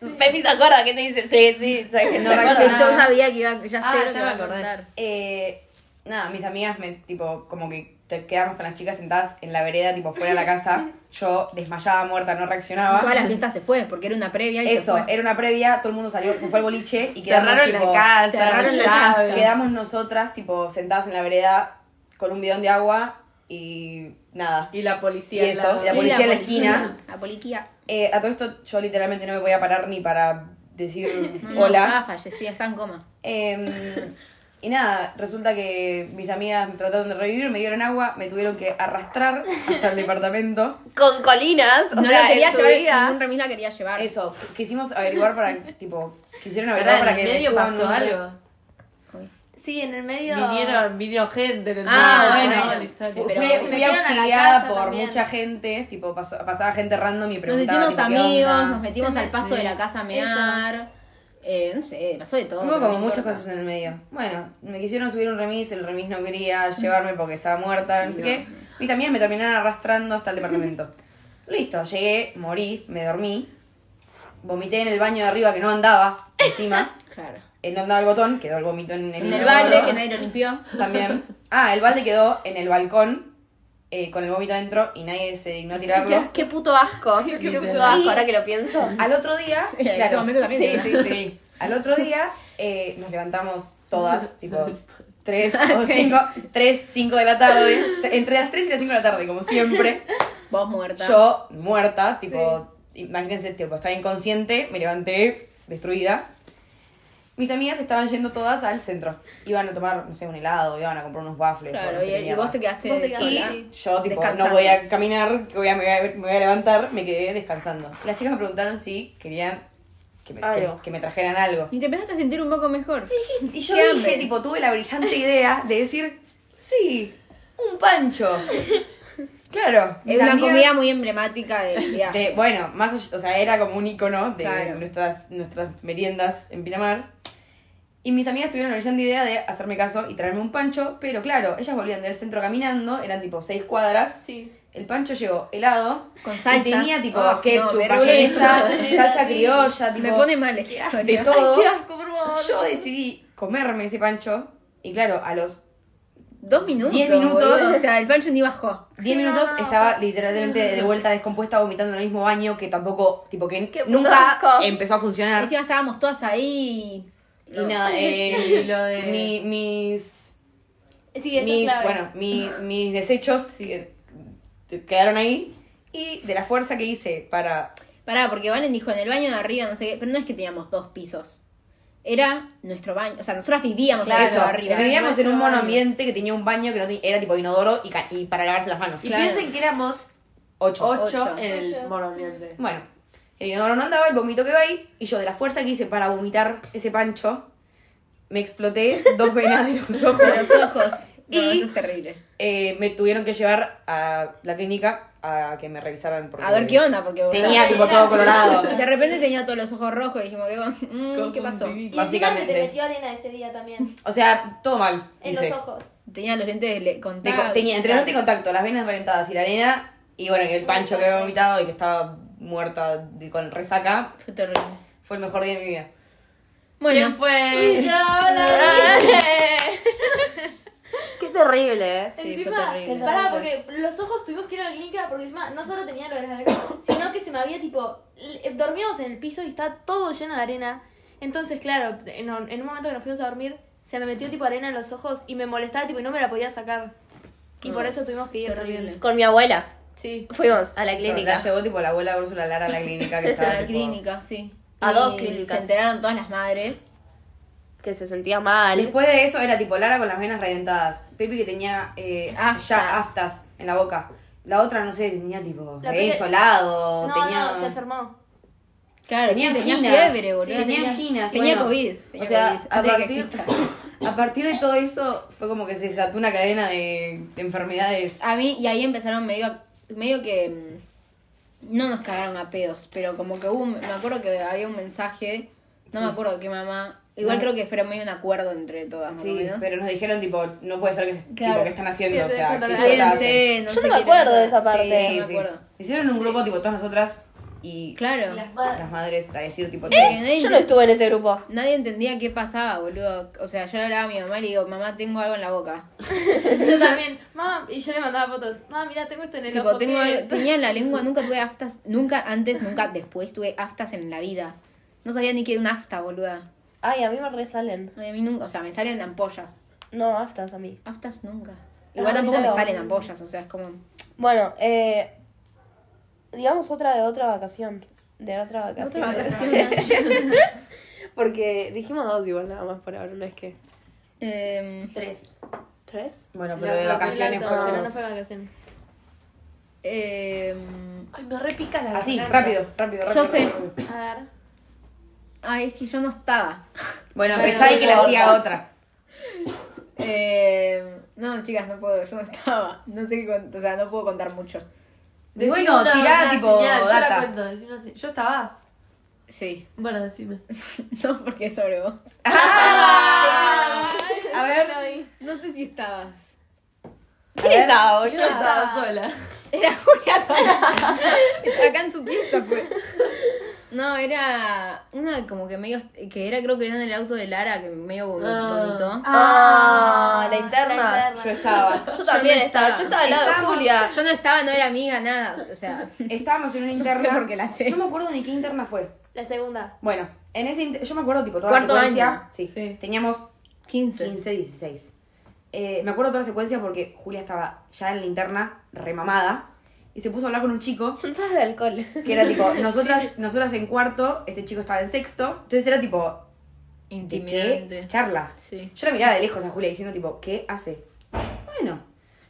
[SPEAKER 5] Pepi se acuerda que te dice, sí, sí, sabes que no
[SPEAKER 4] Sí,
[SPEAKER 5] recuerda.
[SPEAKER 4] yo sabía que iba, ya sé
[SPEAKER 2] Ah,
[SPEAKER 4] lo
[SPEAKER 2] ya
[SPEAKER 4] que
[SPEAKER 2] me
[SPEAKER 4] iba a
[SPEAKER 2] acordé.
[SPEAKER 4] contar.
[SPEAKER 1] Eh, nada, mis amigas me, tipo, como que te quedamos con las chicas sentadas en la vereda, tipo, fuera de la casa. Yo desmayaba, muerta, no reaccionaba.
[SPEAKER 4] Toda la fiesta se fue porque era una previa y
[SPEAKER 1] Eso, eh,
[SPEAKER 4] se fue.
[SPEAKER 1] era una previa, todo el mundo salió, se fue al boliche y quedamos,
[SPEAKER 2] Cerraron la
[SPEAKER 1] tipo,
[SPEAKER 2] casa.
[SPEAKER 4] cerraron la
[SPEAKER 2] ya.
[SPEAKER 4] casa.
[SPEAKER 1] Quedamos nosotras, tipo, sentadas en la vereda con un bidón de agua y nada.
[SPEAKER 2] Y la
[SPEAKER 1] Y
[SPEAKER 2] policía. al
[SPEAKER 1] eso,
[SPEAKER 2] lado.
[SPEAKER 1] y la
[SPEAKER 4] Sí,
[SPEAKER 1] policía en la
[SPEAKER 4] policía.
[SPEAKER 1] esquina.
[SPEAKER 4] La poliquía.
[SPEAKER 1] Eh, a todo esto yo literalmente no me podía parar ni para
[SPEAKER 2] [laughs]
[SPEAKER 1] decir
[SPEAKER 4] No, no, Estaba
[SPEAKER 1] hola.
[SPEAKER 4] fallecida, está en coma.
[SPEAKER 1] Em, y nada, resulta que mis amigas me trataron de revivir, me dieron agua, me tuvieron que arrastrar hasta
[SPEAKER 2] [laughs]
[SPEAKER 1] el departamento.
[SPEAKER 5] Con colinas, o
[SPEAKER 4] no
[SPEAKER 5] sea,
[SPEAKER 4] la quería
[SPEAKER 5] en su
[SPEAKER 4] llevar,
[SPEAKER 5] vida.
[SPEAKER 4] ningún remis la quería llevar.
[SPEAKER 1] Eso, quisimos averiguar para, tipo, quisieron
[SPEAKER 2] Pará,
[SPEAKER 1] averiguar para
[SPEAKER 2] en
[SPEAKER 1] que
[SPEAKER 2] el
[SPEAKER 1] me
[SPEAKER 2] medio
[SPEAKER 1] suban
[SPEAKER 2] pasó
[SPEAKER 1] un-
[SPEAKER 2] algo.
[SPEAKER 3] [laughs] Sí, en el medio.
[SPEAKER 2] Vinieron, vino gente en el
[SPEAKER 4] Ah,
[SPEAKER 2] medio,
[SPEAKER 4] bueno.
[SPEAKER 2] toda la historia.
[SPEAKER 1] Fui,
[SPEAKER 4] Pero
[SPEAKER 1] fui
[SPEAKER 4] se
[SPEAKER 3] metieron a la
[SPEAKER 1] auxiliada
[SPEAKER 3] casa
[SPEAKER 1] por
[SPEAKER 3] también.
[SPEAKER 1] mucha gente, tipo pasó- pasaba gente random y
[SPEAKER 4] Nos
[SPEAKER 1] preguntaba.
[SPEAKER 4] hicimos
[SPEAKER 1] tipo, ¿qué
[SPEAKER 4] amigos,
[SPEAKER 1] onda?
[SPEAKER 4] nos metimos
[SPEAKER 2] Sí,
[SPEAKER 4] al pasto
[SPEAKER 2] sí.
[SPEAKER 4] de la casa a mear. Eh, no sé, pasó de todo.
[SPEAKER 1] Hubo
[SPEAKER 4] pero
[SPEAKER 1] como
[SPEAKER 4] no
[SPEAKER 1] muchas
[SPEAKER 4] importa.
[SPEAKER 1] cosas en el medio. Bueno, me quisieron subir un remis, el remis no
[SPEAKER 4] [laughs]
[SPEAKER 1] quería llevarme porque estaba muerta, no sé qué. Y también me terminaron arrastrando hasta el
[SPEAKER 4] [laughs]
[SPEAKER 1] departamento. Listo, llegué, morí, me dormí, vomité en el baño de arriba que no andaba,
[SPEAKER 4] [laughs]
[SPEAKER 1] encima.
[SPEAKER 4] Claro.
[SPEAKER 1] eh, no andaba el botón, quedó el vómito en el,
[SPEAKER 4] En el
[SPEAKER 1] inodoro.
[SPEAKER 4] balde que nadie lo limpió.
[SPEAKER 1] También. Ah, el balde quedó en el balcón eh, con el vómito adentro y nadie se dignó a tirarlo.
[SPEAKER 5] Qué puto asco. qué, puto asco, ahora que lo pienso.
[SPEAKER 1] Al otro día,
[SPEAKER 4] Sí, en ese momento también
[SPEAKER 1] sí,
[SPEAKER 4] era.
[SPEAKER 1] sí, sí. Al otro día eh, nos levantamos
[SPEAKER 4] [laughs]
[SPEAKER 1] todas, tipo 3 o 5, 3, 5 de la tarde, entre las 3 y las 5 de la tarde, como siempre.
[SPEAKER 4] Vos muerta.
[SPEAKER 1] Yo, muerta, tipo, imagínense, tipo, estaba inconsciente, me levanté destruida. Mis amigas estaban yendo todas al centro. Iban a tomar, no sé, un helado, iban a comprar unos waffles. o no
[SPEAKER 4] Claro,
[SPEAKER 1] sé qué
[SPEAKER 4] y, y
[SPEAKER 1] mierda.
[SPEAKER 4] vos te quedaste
[SPEAKER 3] Vos te quedaste
[SPEAKER 4] sola.
[SPEAKER 3] sí.
[SPEAKER 1] Yo, tipo,
[SPEAKER 4] Descansando.
[SPEAKER 1] no podía caminar, que voy a, me, voy a, me voy a levantar, me quedé descansando. Las chicas me preguntaron si querían que me, que-
[SPEAKER 5] Algo.
[SPEAKER 1] que me trajeran algo.
[SPEAKER 4] Y te empezaste a sentir un
[SPEAKER 1] [laughs]
[SPEAKER 4] poco mejor.
[SPEAKER 1] Y yo
[SPEAKER 4] Qué
[SPEAKER 1] dije,
[SPEAKER 4] hambre.
[SPEAKER 1] tipo, tuve la brillante idea de decir, sí, un pancho. Claro. mis
[SPEAKER 4] Es una
[SPEAKER 1] amigas
[SPEAKER 4] comida muy emblemática del viaje.
[SPEAKER 1] de- bueno, más allá- o sea, era como un icono de
[SPEAKER 4] Claro.
[SPEAKER 1] nuestras, nuestras meriendas en Pinamar. Y mis amigas tuvieron la brillante idea de hacerme caso y traerme un pancho, pero claro, ellas volvían del centro caminando, eran tipo seis cuadras,
[SPEAKER 3] Sí.
[SPEAKER 1] el pancho llegó helado.
[SPEAKER 4] Con
[SPEAKER 1] Y
[SPEAKER 4] salsas.
[SPEAKER 1] tenía tipo
[SPEAKER 4] Oh,
[SPEAKER 1] ketchup,
[SPEAKER 4] no,
[SPEAKER 1] mayonesa,
[SPEAKER 3] vergüenza.
[SPEAKER 1] salsa criolla, tipo,
[SPEAKER 4] [laughs] Me pone mal esta historia.
[SPEAKER 1] de todo.
[SPEAKER 3] Qué asco, por favor.
[SPEAKER 1] Yo decidí comerme ese pancho. Y claro, a los
[SPEAKER 4] Dos minutos.
[SPEAKER 1] Diez minutos.
[SPEAKER 4] boludo. O sea, el pancho ni bajó.
[SPEAKER 1] 10
[SPEAKER 3] Sí, no,
[SPEAKER 1] minutos
[SPEAKER 3] no.
[SPEAKER 1] estaba literalmente de vuelta descompuesta vomitando en el mismo baño que tampoco, tipo que
[SPEAKER 5] Qué
[SPEAKER 1] nunca
[SPEAKER 5] asco.
[SPEAKER 1] empezó a funcionar.
[SPEAKER 4] Encima estábamos todas ahí.
[SPEAKER 1] Y nada, eh,
[SPEAKER 2] Y lo de-
[SPEAKER 1] mi- mis
[SPEAKER 3] Sí, eso
[SPEAKER 1] mis,
[SPEAKER 3] es clave.
[SPEAKER 1] bueno, mi- mis desechos que- que quedaron ahí y de la fuerza que hice para
[SPEAKER 4] Pará, porque Valen dijo en el baño de arriba, no sé qué. Pero no es que teníamos dos pisos. Era nuestro baño. O sea, nosotras vivíamos en el
[SPEAKER 1] eso,
[SPEAKER 4] piso de arriba.
[SPEAKER 1] vivíamos en un
[SPEAKER 2] nuestro
[SPEAKER 1] monoambiente que tenía un baño que no te- era tipo inodoro y, ca- y para lavarse las manos.
[SPEAKER 2] Y
[SPEAKER 4] Claro.
[SPEAKER 2] piensen que éramos
[SPEAKER 1] Ocho.
[SPEAKER 2] ocho
[SPEAKER 4] Ocho.
[SPEAKER 2] en el
[SPEAKER 3] Ocho.
[SPEAKER 2] monoambiente.
[SPEAKER 1] Bueno, el inodoro no andaba, el vómito quedó ahí y yo de la fuerza que hice para vomitar ese pancho me exploté dos venas de los ojos.
[SPEAKER 4] [laughs] De los
[SPEAKER 1] [laughs]
[SPEAKER 4] ojos. No,
[SPEAKER 1] Y-
[SPEAKER 4] eso es terrible.
[SPEAKER 1] Eh, me tuvieron que llevar a la clínica a que me revisaran. porque-
[SPEAKER 4] A ver qué onda, porque o sea,
[SPEAKER 1] Tenía tipo todo colorado. [laughs]
[SPEAKER 4] De repente tenía todos los ojos rojos y dijimos, ¿qué, va- mm, ¿qué pasó?
[SPEAKER 3] Y encima se
[SPEAKER 1] básicamente.
[SPEAKER 3] te metió arena ese día también.
[SPEAKER 1] O sea, todo mal.
[SPEAKER 3] En
[SPEAKER 1] hice.
[SPEAKER 3] los [laughs] ojos.
[SPEAKER 4] Tenía los lentes de le-
[SPEAKER 1] De
[SPEAKER 4] contacto.
[SPEAKER 1] co- tenía entre
[SPEAKER 4] o sea,
[SPEAKER 1] lente y contacto, las venas reventadas y la arena, y bueno, y el pancho que había vomitado y que estaba muerta de- con resaca,
[SPEAKER 4] Fue terrible.
[SPEAKER 1] fue el mejor día de mi vida.
[SPEAKER 4] Bueno,
[SPEAKER 5] [laughs]
[SPEAKER 2] ¿Quién fue?
[SPEAKER 3] Hola.
[SPEAKER 5] Ah, Eh,
[SPEAKER 3] ¿Qué
[SPEAKER 5] terrible, ¿eh?
[SPEAKER 4] Sí, fue
[SPEAKER 3] encima,
[SPEAKER 4] terrible.
[SPEAKER 3] pará, porque los ojos tuvimos que ir a la clínica porque encima no solo tenía lo de las venas, sino que se me había tipo. l- Dormíamos en el piso y estaba todo lleno de arena. Entonces, claro, en, un- en un momento que nos fuimos a dormir, se me metió tipo arena en los ojos y me molestaba tipo y no me la podía sacar. Y por
[SPEAKER 4] Ah,
[SPEAKER 3] eso tuvimos que ir
[SPEAKER 4] terrible.
[SPEAKER 5] Con mi abuela.
[SPEAKER 3] Sí.
[SPEAKER 5] Fuimos a la
[SPEAKER 1] La
[SPEAKER 5] clínica.
[SPEAKER 1] llevó tipo la abuela Úrsula Lara a la clínica que estaba.
[SPEAKER 4] A [laughs] la
[SPEAKER 1] tipo-
[SPEAKER 4] clínica, sí.
[SPEAKER 5] A
[SPEAKER 4] Y
[SPEAKER 5] dos clínicas.
[SPEAKER 4] Se enteraron todas las madres.
[SPEAKER 5] Que se sentía mal.
[SPEAKER 1] Después de eso era tipo Lara con las venas reventadas. Pepe que tenía eh,
[SPEAKER 4] Aftas.
[SPEAKER 1] ya aftas en la boca. La otra, no sé, tenía tipo
[SPEAKER 3] La
[SPEAKER 1] re
[SPEAKER 3] Pepe-
[SPEAKER 1] insolado.
[SPEAKER 3] No,
[SPEAKER 1] tenía...
[SPEAKER 3] no, se enfermó.
[SPEAKER 4] Claro,
[SPEAKER 1] Tenía
[SPEAKER 4] sí, tenía
[SPEAKER 1] anginas.
[SPEAKER 4] fiebre, boludo.
[SPEAKER 1] Sí, tenía anginas,
[SPEAKER 4] Tenía
[SPEAKER 1] bueno.
[SPEAKER 4] COVID. Tenía
[SPEAKER 1] O sea,
[SPEAKER 4] COVID,
[SPEAKER 1] a
[SPEAKER 4] antes de que
[SPEAKER 1] partir-
[SPEAKER 4] exista.
[SPEAKER 1] [laughs] A partir de todo eso fue como que se desató una cadena de, de enfermedades.
[SPEAKER 4] A mí, y ahí empezaron medio, a- medio que. mm, No nos cagaron a pedos, pero como que hubo. un- Me acuerdo que había un mensaje. No me acuerdo qué mamá. Igual
[SPEAKER 1] No.
[SPEAKER 4] creo que fue medio un acuerdo entre todas, más o
[SPEAKER 1] Sí,
[SPEAKER 4] menos.
[SPEAKER 1] pero nos dijeron tipo, no puede ser que tipo,
[SPEAKER 4] Claro.
[SPEAKER 1] que están haciendo,
[SPEAKER 3] Que
[SPEAKER 1] o
[SPEAKER 3] te
[SPEAKER 1] sea, que
[SPEAKER 3] descontrolaron.
[SPEAKER 1] yo la- sí,
[SPEAKER 4] Cuídense, no
[SPEAKER 5] Yo
[SPEAKER 4] se
[SPEAKER 5] no
[SPEAKER 4] quieren
[SPEAKER 5] me acuerdo de esa
[SPEAKER 4] matar.
[SPEAKER 5] parte.
[SPEAKER 4] Sí, no
[SPEAKER 1] sí.
[SPEAKER 4] me acuerdo.
[SPEAKER 1] Hicieron un grupo tipo todas nosotras y
[SPEAKER 4] Claro. Eh.
[SPEAKER 3] Las madres.
[SPEAKER 1] las madres a decir tipo,
[SPEAKER 4] Porque
[SPEAKER 1] che,
[SPEAKER 4] nadie
[SPEAKER 5] Yo no estuve en ese grupo.
[SPEAKER 4] Nadie entendía qué pasaba, boludo. O sea, yo le hablaba a mi mamá y le digo, mamá, tengo algo en la boca.
[SPEAKER 3] Yo también. Mamá, y yo le mandaba fotos. Mamá, mira, tengo esto en el
[SPEAKER 4] tipo,
[SPEAKER 3] ojo.
[SPEAKER 4] tengo,
[SPEAKER 3] ¿qué
[SPEAKER 4] [laughs]
[SPEAKER 3] es?".
[SPEAKER 4] tenía en la lengua, nunca tuve aftas, nunca antes, nunca después tuve aftas en la vida. No sabía ni qué era un afta, boluda.
[SPEAKER 5] Ay, a mí me resalen.
[SPEAKER 4] Ay, A mí nunca, o sea, me salen ampollas.
[SPEAKER 5] No, aftas a mí.
[SPEAKER 4] Aftas nunca.
[SPEAKER 5] No,
[SPEAKER 4] Igual tampoco me
[SPEAKER 5] claro.
[SPEAKER 4] salen ampollas, o sea, es como...
[SPEAKER 5] Bueno, eh, digamos otra de otra vacación. De otra vacación.
[SPEAKER 4] Otra
[SPEAKER 2] [laughs]
[SPEAKER 4] vacación.
[SPEAKER 5] Porque dijimos dos igual nada más por ahora, no es que.
[SPEAKER 4] Em,
[SPEAKER 3] Tres.
[SPEAKER 5] ¿Tres?
[SPEAKER 1] bueno,
[SPEAKER 3] La-
[SPEAKER 1] pero de
[SPEAKER 3] la-
[SPEAKER 1] vacaciones
[SPEAKER 3] la-
[SPEAKER 1] fueron
[SPEAKER 3] Pero no
[SPEAKER 1] dos.
[SPEAKER 3] fue vacaciones.
[SPEAKER 4] em,
[SPEAKER 2] Ay, me repica
[SPEAKER 5] Ah,
[SPEAKER 2] la
[SPEAKER 1] Así,
[SPEAKER 2] garganta.
[SPEAKER 1] rápido, rápido, rápido.
[SPEAKER 4] Yo sé.
[SPEAKER 1] rápido.
[SPEAKER 3] A ver.
[SPEAKER 4] ay, es que yo no estaba.
[SPEAKER 1] Bueno, empezá y que la hacía otra.
[SPEAKER 4] Em, no, chicas, no puedo, yo no estaba. No sé qué, cont- o sea, no puedo contar mucho.
[SPEAKER 2] Decí
[SPEAKER 1] Bueno,
[SPEAKER 2] una-
[SPEAKER 1] tirá,
[SPEAKER 2] una
[SPEAKER 1] tipo,
[SPEAKER 2] señal, Yo la
[SPEAKER 1] data.
[SPEAKER 2] cuento, decí una se- Yo estaba.
[SPEAKER 4] Sí. [laughs]
[SPEAKER 2] Bueno, decime.
[SPEAKER 4] No, porque es sobre vos.
[SPEAKER 1] Ah.
[SPEAKER 4] ah.
[SPEAKER 1] A ver,
[SPEAKER 4] No sé si estabas.
[SPEAKER 5] ¿Quién estaba,
[SPEAKER 2] Yo estaba sola.
[SPEAKER 4] Era Julia Sala. Acá en su pieza fue. No, era una como que medio. que era, creo que era en el auto de Lara que medio vom-
[SPEAKER 2] Ah.
[SPEAKER 4] vomitó.
[SPEAKER 5] Ah, la interna.
[SPEAKER 1] yo estaba.
[SPEAKER 4] [laughs]
[SPEAKER 5] Yo también
[SPEAKER 4] no estaba.
[SPEAKER 5] estaba. yo estaba al lado de
[SPEAKER 1] Estábamos-
[SPEAKER 5] Julia.
[SPEAKER 4] Yo no estaba, no era amiga, nada. O sea,
[SPEAKER 1] Estábamos en una
[SPEAKER 4] no
[SPEAKER 1] interna.
[SPEAKER 4] sé por qué la sé.
[SPEAKER 1] No me acuerdo ni qué interna fue.
[SPEAKER 3] La segunda.
[SPEAKER 1] Bueno, en ese inter- yo me acuerdo tipo toda
[SPEAKER 4] Cuarto
[SPEAKER 1] la secuencia.
[SPEAKER 4] año.
[SPEAKER 1] Sí.
[SPEAKER 2] Sí.
[SPEAKER 1] Teníamos
[SPEAKER 4] 15.
[SPEAKER 1] 15, 16. Eh, me acuerdo toda la secuencia porque Julia estaba ya en la interna, remamada, y se puso a hablar con un chico
[SPEAKER 5] Son todas de alcohol.
[SPEAKER 1] que era tipo, nosotras, nosotras en cuarto, este chico estaba en sexto. Entonces era tipo, ¿de qué
[SPEAKER 4] Intimidante.
[SPEAKER 1] charla?
[SPEAKER 4] Sí.
[SPEAKER 1] Yo la miraba de lejos a Julia diciendo tipo, ¿qué hace? Bueno,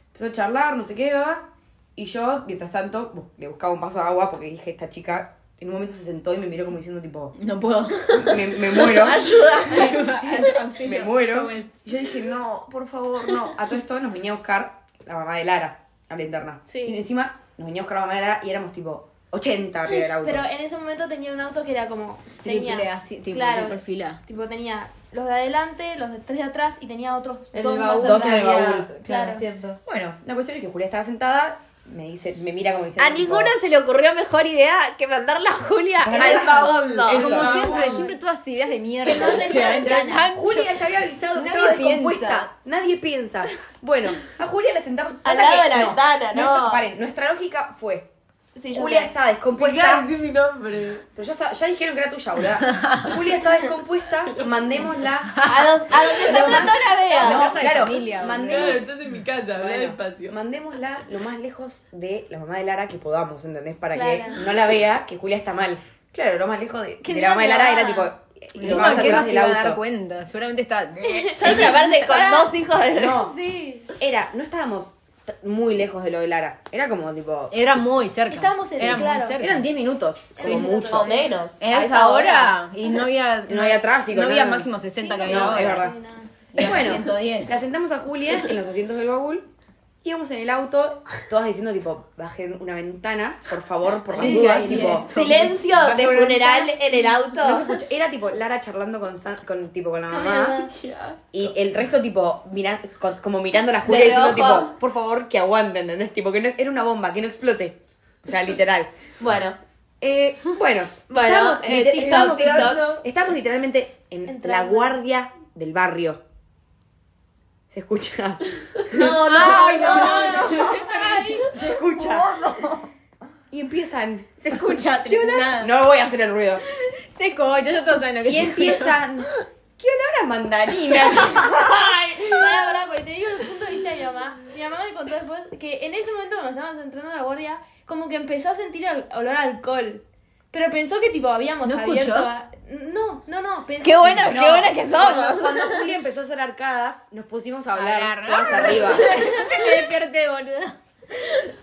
[SPEAKER 1] empezó a charlar, no sé qué, va. Y yo, mientras tanto, bu- le buscaba un vaso de agua porque dije, esta chica en un momento se sentó y me miró como diciendo tipo, [laughs]
[SPEAKER 4] No puedo.
[SPEAKER 1] me, me muero. me
[SPEAKER 4] [laughs] Auxilio,
[SPEAKER 1] muero.
[SPEAKER 4] SOS.
[SPEAKER 1] Y yo dije, no, por favor, no. A todo esto nos venía a buscar la mamá de Lara a la interna.
[SPEAKER 3] Sí.
[SPEAKER 1] Y encima nos venía a buscar la mamá de Lara y éramos tipo 80 arriba del auto.
[SPEAKER 3] Pero en ese momento tenía un auto que era como. Tenía,
[SPEAKER 4] Triple así, tipo,
[SPEAKER 3] claro.
[SPEAKER 4] triple fila.
[SPEAKER 3] Tipo, tenía los de adelante, los de tres de atrás y tenía otros
[SPEAKER 2] En
[SPEAKER 3] dos
[SPEAKER 2] el
[SPEAKER 3] más
[SPEAKER 2] baúl.
[SPEAKER 1] Dos en el
[SPEAKER 2] había-
[SPEAKER 1] baúl,
[SPEAKER 3] claro.
[SPEAKER 2] Claro, asientos.
[SPEAKER 1] Bueno, la cuestión es que Julia estaba sentada, me dice, me mira como diciendo.
[SPEAKER 5] A
[SPEAKER 1] tipo,
[SPEAKER 5] ninguna se le ocurrió mejor idea que mandarla a Julia al babondo.
[SPEAKER 1] Eso.
[SPEAKER 4] Como
[SPEAKER 1] Ah,
[SPEAKER 4] siempre, siempre todas ideas de mierda.
[SPEAKER 3] Que no
[SPEAKER 4] O sea,
[SPEAKER 3] tenían
[SPEAKER 4] entre el
[SPEAKER 3] ganas.
[SPEAKER 4] pan-
[SPEAKER 1] Julia ya había avisado que
[SPEAKER 4] Nadie
[SPEAKER 1] estaba descompuesta.
[SPEAKER 4] piensa.
[SPEAKER 1] Nadie piensa. Bueno, a Julia la sentamos
[SPEAKER 5] Al
[SPEAKER 1] pasa
[SPEAKER 5] lado
[SPEAKER 1] que-
[SPEAKER 5] de la ventana,
[SPEAKER 1] Nuestra,
[SPEAKER 5] no.
[SPEAKER 1] paren, nuestra lógica fue:
[SPEAKER 5] Sí, yo
[SPEAKER 1] Julia
[SPEAKER 5] sé.
[SPEAKER 1] está
[SPEAKER 2] Dejá de
[SPEAKER 1] descompuesta.
[SPEAKER 2] decir mi nombre.
[SPEAKER 1] Pero ya, sa- ya dijeron que era tuya, ¿verdad? Julia está
[SPEAKER 5] [laughs]
[SPEAKER 1] descompuesta, mandémosla.
[SPEAKER 5] A, dos, a donde está no, la vea.
[SPEAKER 4] la
[SPEAKER 1] No,
[SPEAKER 4] casa de
[SPEAKER 1] claro,
[SPEAKER 4] familia, boludo.
[SPEAKER 2] Claro,
[SPEAKER 1] mandémosla.
[SPEAKER 2] estás en mi casa, habla
[SPEAKER 1] Bueno,
[SPEAKER 2] despacio.
[SPEAKER 1] mandémosla lo más lejos de la mamá de Lara que podamos, ¿entendés? Para que
[SPEAKER 3] Claro.
[SPEAKER 1] no la vea que Julia está mal. Claro, lo más lejos de,
[SPEAKER 3] Que
[SPEAKER 1] de
[SPEAKER 3] no
[SPEAKER 1] la mamá de
[SPEAKER 3] la
[SPEAKER 1] Lara
[SPEAKER 3] vea.
[SPEAKER 1] era tipo. Y lo
[SPEAKER 4] Encima,
[SPEAKER 1] más
[SPEAKER 4] ¿qué no
[SPEAKER 1] atrás
[SPEAKER 4] se
[SPEAKER 1] del
[SPEAKER 4] iba a dar
[SPEAKER 1] auto.
[SPEAKER 4] cuenta? Seguramente está...
[SPEAKER 5] Yo otra parte con dos hijos de.
[SPEAKER 1] No,
[SPEAKER 3] Sí.
[SPEAKER 1] era, no estábamos t- muy lejos de lo de Lara. Era como tipo.
[SPEAKER 4] Era muy cerca.
[SPEAKER 3] Estábamos en-
[SPEAKER 4] Era
[SPEAKER 3] claro.
[SPEAKER 4] muy cerca.
[SPEAKER 1] Eran 10 minutos,
[SPEAKER 3] Sí,
[SPEAKER 1] como mucho.
[SPEAKER 5] O menos.
[SPEAKER 4] A esa hora y no había...
[SPEAKER 1] [laughs] No había tráfico,
[SPEAKER 4] No había
[SPEAKER 1] nada.
[SPEAKER 4] máximo 60 que
[SPEAKER 1] no,
[SPEAKER 4] había
[SPEAKER 1] es
[SPEAKER 4] ahora.
[SPEAKER 1] verdad.
[SPEAKER 3] Sí, no. [laughs]
[SPEAKER 4] Y ahora
[SPEAKER 1] Bueno,
[SPEAKER 4] 110.
[SPEAKER 1] La sentamos a Julia en los asientos del baúl. Íbamos en el auto, todas diciendo, tipo, bajen una ventana, por favor, por las
[SPEAKER 4] Sí,
[SPEAKER 1] dudas,
[SPEAKER 4] ahí
[SPEAKER 1] tipo.
[SPEAKER 5] Silencio
[SPEAKER 1] Bajo
[SPEAKER 5] de
[SPEAKER 1] la
[SPEAKER 5] funeral
[SPEAKER 1] ventana.
[SPEAKER 5] en el
[SPEAKER 1] No se
[SPEAKER 5] auto.
[SPEAKER 1] escucha. Era tipo Lara charlando con, San- con, tipo, con la
[SPEAKER 3] Con
[SPEAKER 1] mamá y el resto tipo mira, con- como mirando a la Julia
[SPEAKER 5] De
[SPEAKER 1] diciendo
[SPEAKER 5] reojo.
[SPEAKER 1] tipo, por favor que aguante, ¿entendés? Tipo que no, era una bomba, que no explote. O sea, literal.
[SPEAKER 5] Bueno,
[SPEAKER 1] Eh, bueno,
[SPEAKER 5] Bueno,
[SPEAKER 1] estábamos,
[SPEAKER 5] eh,
[SPEAKER 1] lite- estábamos-
[SPEAKER 5] TikTok, TikTok.
[SPEAKER 1] estábamos literalmente en
[SPEAKER 3] Entrando.
[SPEAKER 1] la guardia del barrio. Se escucha. [laughs]
[SPEAKER 5] No,
[SPEAKER 3] Ay,
[SPEAKER 5] no, no.
[SPEAKER 1] Se escucha. Y empiezan.
[SPEAKER 4] Se escucha, nada.
[SPEAKER 1] No voy a hacer el ruido.
[SPEAKER 4] Se escucha, ya todos saben lo que
[SPEAKER 1] Y
[SPEAKER 4] se
[SPEAKER 1] empiezan. ¿Qué olor a [laughs] mandarina?
[SPEAKER 3] Pará, pará, porque te digo desde el punto de vista de mi mamá. Mi mamá me contó después que en ese momento cuando estábamos entrando a la guardia, como que empezó a sentir el olor a alcohol. Pero pensó que tipo habíamos
[SPEAKER 4] ¿No
[SPEAKER 3] abierto
[SPEAKER 4] escuchó?
[SPEAKER 3] a- No, no, no. Pensó...
[SPEAKER 5] Qué buena, qué buena que
[SPEAKER 1] Cuando,
[SPEAKER 5] somos.
[SPEAKER 1] cuando Juli empezó a hacer arcadas, nos pusimos a hablar
[SPEAKER 4] Hablar. [laughs]
[SPEAKER 1] todas arriba.
[SPEAKER 4] Me
[SPEAKER 1] [laughs]
[SPEAKER 4] desperté, boludo.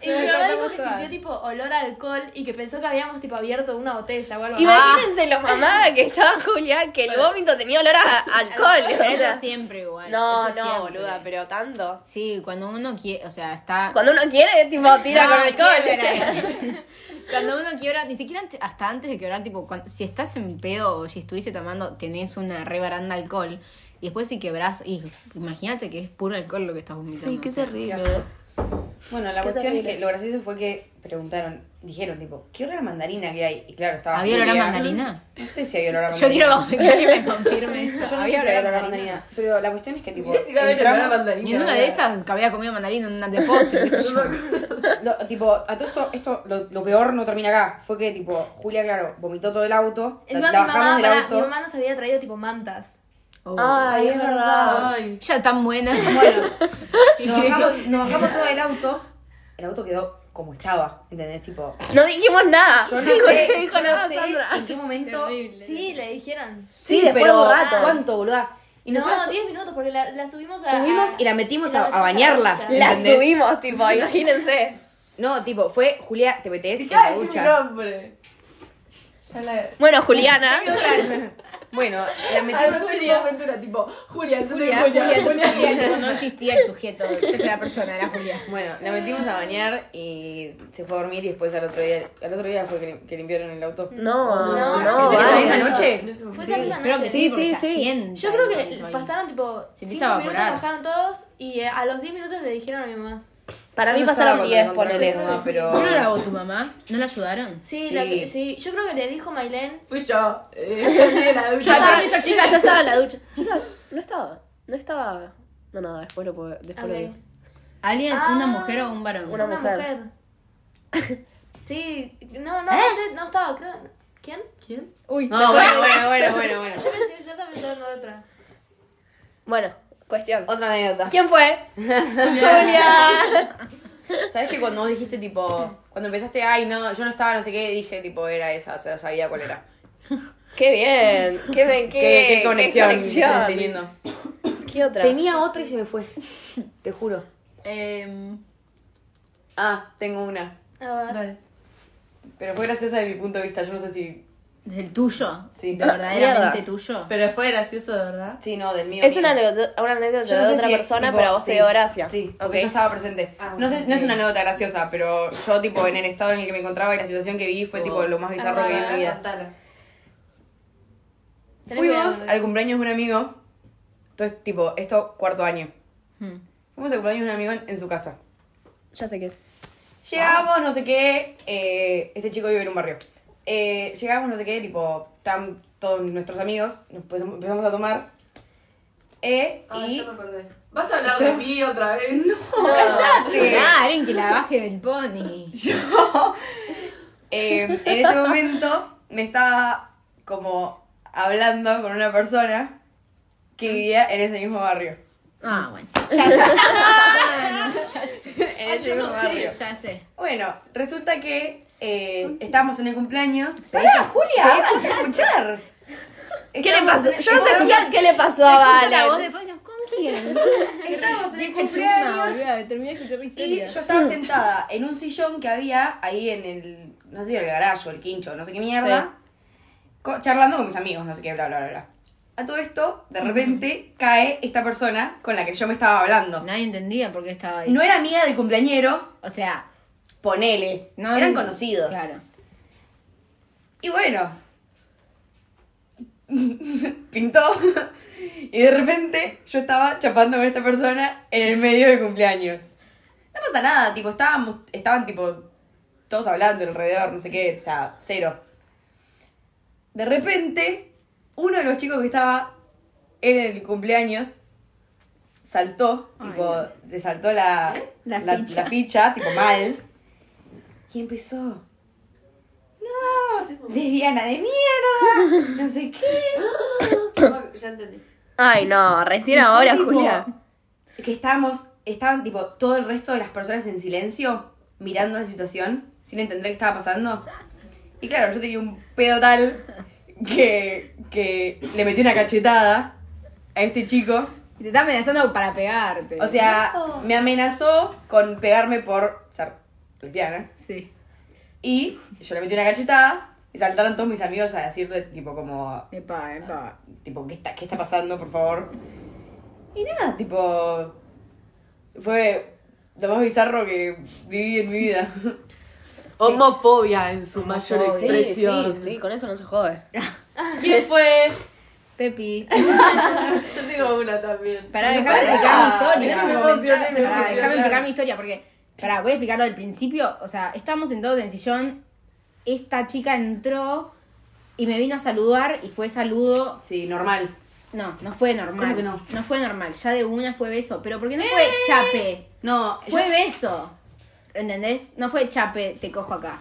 [SPEAKER 3] Y mi
[SPEAKER 4] Nos
[SPEAKER 3] mamá dijo
[SPEAKER 4] despertamos
[SPEAKER 3] que
[SPEAKER 4] todas.
[SPEAKER 3] sintió tipo olor a alcohol y que pensó que habíamos tipo abierto una botella o algo Ah.
[SPEAKER 5] [laughs]
[SPEAKER 3] así.
[SPEAKER 5] Imagínense los mamás que estaba Julia, que el vómito tenía olor a a alcohol.
[SPEAKER 4] Pero
[SPEAKER 5] o sea.
[SPEAKER 4] eso siempre igual.
[SPEAKER 5] No,
[SPEAKER 4] eso
[SPEAKER 5] no,
[SPEAKER 4] siempre
[SPEAKER 5] boluda,
[SPEAKER 4] es.
[SPEAKER 5] pero tanto.
[SPEAKER 4] Sí, cuando uno quiere, o sea, está...
[SPEAKER 5] Cuando uno quiere, tipo, tira con
[SPEAKER 4] Ah,
[SPEAKER 5] alcohol.
[SPEAKER 4] quiebra. [laughs] Cuando uno quiebra, ni siquiera ante- hasta antes de quebrar, tipo, cuan- si estás en pedo o si estuviste tomando, tenés una re baranda de alcohol. Y después si quebrás, y imagínate que es puro alcohol lo que estás vomitando. Sí, qué
[SPEAKER 1] terrible. Bueno, la cuestión es que lo gracioso fue que preguntaron, dijeron tipo, ¿qué olor a mandarina que hay? Y claro, estaba
[SPEAKER 4] ¿Había olor a
[SPEAKER 1] Julia.
[SPEAKER 4] mandarina?
[SPEAKER 1] No sé si había olor a
[SPEAKER 4] Yo
[SPEAKER 1] mandarina.
[SPEAKER 4] quiero quiero que
[SPEAKER 1] [laughs]
[SPEAKER 4] me confirme
[SPEAKER 1] Yo
[SPEAKER 4] eso.
[SPEAKER 1] no sé si había
[SPEAKER 4] ¿Había olor a
[SPEAKER 1] olor a
[SPEAKER 4] mandarina?
[SPEAKER 1] mandarina. Pero la cuestión es que tipo,
[SPEAKER 2] Mirá si va a haber olor a
[SPEAKER 1] entramos-
[SPEAKER 2] mandarina.
[SPEAKER 4] Y en una de esas que había comido mandarina en una de postre, qué sé yo.
[SPEAKER 1] No, tipo, a todo esto, esto lo, lo peor no termina acá. Fue que, tipo, Julia, claro, vomitó todo el auto.
[SPEAKER 3] Es
[SPEAKER 1] La,
[SPEAKER 3] más,
[SPEAKER 1] la
[SPEAKER 3] mi mamá,
[SPEAKER 1] bajamos del
[SPEAKER 3] pará, mi
[SPEAKER 1] auto.
[SPEAKER 3] mamá nos había traído tipo mantas.
[SPEAKER 4] Oh.
[SPEAKER 5] Ay,
[SPEAKER 1] es verdad.
[SPEAKER 2] Ay.
[SPEAKER 4] Ya
[SPEAKER 1] [laughs]
[SPEAKER 4] tan buena.
[SPEAKER 1] Bueno, nos bajamos, nos bajamos todo del auto. El auto quedó como estaba, ¿entendés? Tipo,
[SPEAKER 5] [laughs] No dijimos nada.
[SPEAKER 1] yo no
[SPEAKER 5] Dijo-
[SPEAKER 1] sé,
[SPEAKER 5] dijo
[SPEAKER 1] yo no
[SPEAKER 5] nada,
[SPEAKER 1] sé
[SPEAKER 5] Sandra.
[SPEAKER 1] en qué momento.
[SPEAKER 3] Sí, le dijeron.
[SPEAKER 1] Sí,
[SPEAKER 5] después
[SPEAKER 1] pero
[SPEAKER 5] de un rato.
[SPEAKER 1] ¿cuánto, boluda? Y
[SPEAKER 3] No,
[SPEAKER 1] nosotros
[SPEAKER 3] 10 minutos porque la, la subimos a...
[SPEAKER 1] subimos
[SPEAKER 3] a-
[SPEAKER 1] y la metimos
[SPEAKER 3] y la
[SPEAKER 1] a, a bañarla.
[SPEAKER 3] metimos a la
[SPEAKER 5] La
[SPEAKER 1] ¿entendés?
[SPEAKER 5] subimos, tipo, imagínense.
[SPEAKER 1] No, tipo, fue Julia, te metes en
[SPEAKER 2] Ay,
[SPEAKER 1] la
[SPEAKER 2] es mi
[SPEAKER 1] ducha.
[SPEAKER 2] nombre. Ya la...
[SPEAKER 5] Bueno, Juliana.
[SPEAKER 1] Bueno, la
[SPEAKER 2] Algo
[SPEAKER 1] metimos.
[SPEAKER 2] así en un momento era tipo, Julia, entonces
[SPEAKER 4] Julia,
[SPEAKER 2] Julia,
[SPEAKER 4] Julia,
[SPEAKER 2] Julia.
[SPEAKER 4] Julia, no existía el sujeto, esa era la persona, era Julia.
[SPEAKER 1] Bueno, la metimos a bañar y se fue a dormir y después al otro día, al otro día fue que, lim- que limpiaron el auto.
[SPEAKER 2] Ah,
[SPEAKER 5] No,
[SPEAKER 3] No,
[SPEAKER 5] no.
[SPEAKER 1] ¿Esa
[SPEAKER 5] vale.
[SPEAKER 1] misma noche?
[SPEAKER 2] En ese
[SPEAKER 3] Fue
[SPEAKER 2] momento.
[SPEAKER 3] esa misma
[SPEAKER 4] Creo
[SPEAKER 3] noche.
[SPEAKER 4] que sí,
[SPEAKER 5] Sí,
[SPEAKER 4] sí,
[SPEAKER 5] sí, sí.
[SPEAKER 4] sí.
[SPEAKER 3] Yo creo que pasaron tipo
[SPEAKER 4] Se
[SPEAKER 3] 5
[SPEAKER 4] empieza a
[SPEAKER 3] minutos,
[SPEAKER 4] evaporar.
[SPEAKER 3] bajaron todos y eh, a los 10 minutos le dijeron a mi mamá.
[SPEAKER 5] Para
[SPEAKER 1] Yo
[SPEAKER 5] mí
[SPEAKER 1] no estaba
[SPEAKER 5] pasaron
[SPEAKER 1] cuando
[SPEAKER 5] 10,
[SPEAKER 1] me
[SPEAKER 5] ponele.
[SPEAKER 1] encontré con mi mamá,
[SPEAKER 4] ¿Yo no la
[SPEAKER 1] pero...
[SPEAKER 4] hago tu mamá? ¿No la ayudaron?
[SPEAKER 3] Sí,
[SPEAKER 1] Sí.
[SPEAKER 3] La que, sí, yo creo que le dijo Mailén.
[SPEAKER 2] Fui yo. Eh, yo fui de la ducha.
[SPEAKER 5] chicas, Ah, yo estaba en la ducha. Chicas, no estaba. No estaba. No, no, después lo puedo. Después lo
[SPEAKER 3] Ok.
[SPEAKER 5] digo.
[SPEAKER 4] ¿Alguien,
[SPEAKER 3] Ah.
[SPEAKER 4] una mujer o un varón?
[SPEAKER 5] Una- mujer.
[SPEAKER 3] sí, no, no, no, sé, no estaba, creo. ¿Quién?
[SPEAKER 2] ¿Quién?
[SPEAKER 4] Uy,
[SPEAKER 1] No, bueno, bueno, bueno, bueno, bueno.
[SPEAKER 3] Yo pensé, ya estaba pensando en otra.
[SPEAKER 5] Bueno, cuestión.
[SPEAKER 1] Otra anécdota.
[SPEAKER 5] ¿Quién fue? Julia.
[SPEAKER 1] ¿Sabes que cuando vos dijiste, tipo, cuando empezaste, ay, no, yo no estaba, no sé qué, dije, tipo, era esa, o sea, sabía cuál era.
[SPEAKER 5] Qué bien. [laughs] Qué bien, qué,
[SPEAKER 1] ¿Qué, qué conexión
[SPEAKER 5] qué
[SPEAKER 1] estás
[SPEAKER 5] conexión.
[SPEAKER 1] teniendo?
[SPEAKER 5] ¿Qué otra?
[SPEAKER 1] Tenía otra y se me fue. Te juro.
[SPEAKER 4] Eh,
[SPEAKER 1] Ah, tengo una.
[SPEAKER 3] A ver.
[SPEAKER 2] Dale.
[SPEAKER 1] Pero fue graciosa desde mi punto de vista, yo no sé si...
[SPEAKER 4] desde el tuyo.
[SPEAKER 1] Sí.
[SPEAKER 4] ¿De verdaderamente
[SPEAKER 5] Mierda.
[SPEAKER 4] tuyo.
[SPEAKER 2] Pero fue gracioso, de verdad.
[SPEAKER 1] Sí, no, del mío.
[SPEAKER 5] Es
[SPEAKER 1] mío.
[SPEAKER 5] una anécdota, una anécdota
[SPEAKER 1] Yo no
[SPEAKER 5] de
[SPEAKER 1] sé
[SPEAKER 5] otra
[SPEAKER 1] si es,
[SPEAKER 5] persona,
[SPEAKER 1] tipo,
[SPEAKER 5] pero a vos te
[SPEAKER 1] sí,
[SPEAKER 5] dio gracia.
[SPEAKER 1] Sí,
[SPEAKER 5] ok.
[SPEAKER 1] porque yo estaba presente.
[SPEAKER 2] Ah,
[SPEAKER 1] no, sé, no es una anécdota graciosa, pero yo, tipo, en el estado en el que me encontraba y la situación que vi fue, tipo, lo más bizarro que vi en mi vida.
[SPEAKER 2] Contala.
[SPEAKER 3] Tenés
[SPEAKER 1] Fuimos
[SPEAKER 3] cuidado,
[SPEAKER 1] al cumpleaños de un amigo. Entonces, tipo, esto cuarto año.
[SPEAKER 4] Hmm.
[SPEAKER 1] Fuimos al cumpleaños de un amigo en, en su casa.
[SPEAKER 5] Ya sé qué es.
[SPEAKER 1] Llegamos, no sé qué. Eh, ese chico vive en un barrio. Eh, llegamos, no sé qué, tipo, están todos nuestros amigos. Nos pues- empezamos a tomar. Eh,
[SPEAKER 2] Ah,
[SPEAKER 1] y.
[SPEAKER 2] yo me acordé. ¿Vas a hablar de mí otra vez? No.
[SPEAKER 1] ¡Cállate!
[SPEAKER 4] Ah, alguien que la baje del pony.
[SPEAKER 1] Eh, en ese momento me estaba como hablando con una persona que vivía en ese mismo barrio.
[SPEAKER 4] Ah, bueno.
[SPEAKER 5] Ah,
[SPEAKER 1] En ese mismo barrio.
[SPEAKER 4] Ya sé.
[SPEAKER 1] Bueno, resulta que eh, estábamos en el cumpleaños. ¡Pará,
[SPEAKER 4] dice-
[SPEAKER 1] Julia! ¡Vamos a escuchar!
[SPEAKER 5] ¿Qué le pasó? Yo no sé
[SPEAKER 1] estábamos-
[SPEAKER 5] escuchar qué le pasó a
[SPEAKER 4] Escucha la voz
[SPEAKER 5] Valen.
[SPEAKER 4] de Fabián, ¿con quién?
[SPEAKER 1] Estábamos en el
[SPEAKER 4] Chusma,
[SPEAKER 1] cumpleaños
[SPEAKER 4] boluda, terminé de escuchar la
[SPEAKER 1] y yo
[SPEAKER 4] Mm.
[SPEAKER 1] estaba sentada en un sillón que había ahí en el, no sé, el garaje o el quincho, no sé qué mierda, co- charlando con mis amigos, no sé qué, bla, bla, bla, bla. A todo esto, de repente, cae esta persona con la que yo me estaba hablando.
[SPEAKER 4] Nadie entendía por qué estaba ahí.
[SPEAKER 1] No era amiga del cumpleañero,
[SPEAKER 4] O sea,
[SPEAKER 1] ponele.
[SPEAKER 4] no
[SPEAKER 1] Eran conocidos.
[SPEAKER 4] Claro.
[SPEAKER 1] Y bueno. Pintó. Y de repente yo estaba chapando con esta persona en el medio del cumpleaños. No pasa nada, tipo, estábamos, estaban tipo todos hablando alrededor, no sé qué, o sea, cero. De repente, uno de los chicos que estaba en el cumpleaños saltó, tipo, le saltó la,
[SPEAKER 4] La
[SPEAKER 1] la-
[SPEAKER 4] ficha.
[SPEAKER 1] la ficha, tipo mal. Y empezó. ¡No! ¡Lesbiana de mierda! No sé qué.
[SPEAKER 2] Ya entendí.
[SPEAKER 5] Ay, no, recién
[SPEAKER 1] Y fue
[SPEAKER 5] ahora,
[SPEAKER 1] tipo,
[SPEAKER 5] Julia.
[SPEAKER 1] Que estábamos, estaban tipo todo el resto de las personas en silencio, mirando la situación, sin entender qué estaba pasando. Y claro, yo tenía un pedo tal que, que le metí una cachetada a este chico.
[SPEAKER 4] Te está amenazando para pegarte.
[SPEAKER 1] O sea, me amenazó con pegarme por ser lesbiana.
[SPEAKER 4] Sí.
[SPEAKER 1] Y yo le metí una cachetada y saltaron todos mis amigos a decirle, tipo, como,
[SPEAKER 4] Epa, epa.
[SPEAKER 1] tipo, ¿qué está, qué está pasando, por favor? Y nada, tipo, fue lo más bizarro que viví en mi vida.
[SPEAKER 4] [laughs]
[SPEAKER 2] Homofobia en su mayor
[SPEAKER 4] Homofobia.
[SPEAKER 2] expresión.
[SPEAKER 5] sí, con eso no se jode.
[SPEAKER 2] ¿Quién fue?
[SPEAKER 4] [laughs]
[SPEAKER 2] [laughs]
[SPEAKER 4] Pepi.
[SPEAKER 2] Yo tengo una también.
[SPEAKER 4] Pará, déjame
[SPEAKER 1] pará,
[SPEAKER 4] explicar mi
[SPEAKER 2] eh.
[SPEAKER 1] mirá, me
[SPEAKER 4] historia.
[SPEAKER 2] emocioné, me
[SPEAKER 4] Pará,
[SPEAKER 2] emocioné.
[SPEAKER 4] déjame explicar mi historia porque. Pará, voy a explicarlo del principio. O sea, estábamos sentados en el sillón. Esta chica entró y me vino a saludar y fue saludo.
[SPEAKER 1] Sí, normal.
[SPEAKER 4] No, no fue normal.
[SPEAKER 1] ¿Cómo que no? ¡Eh!
[SPEAKER 4] fue normal. Ya de una fue beso. Pero porque no fue chape.
[SPEAKER 1] No, yo-
[SPEAKER 4] Fue beso. ¿Entendés? No fue chape, te cojo acá.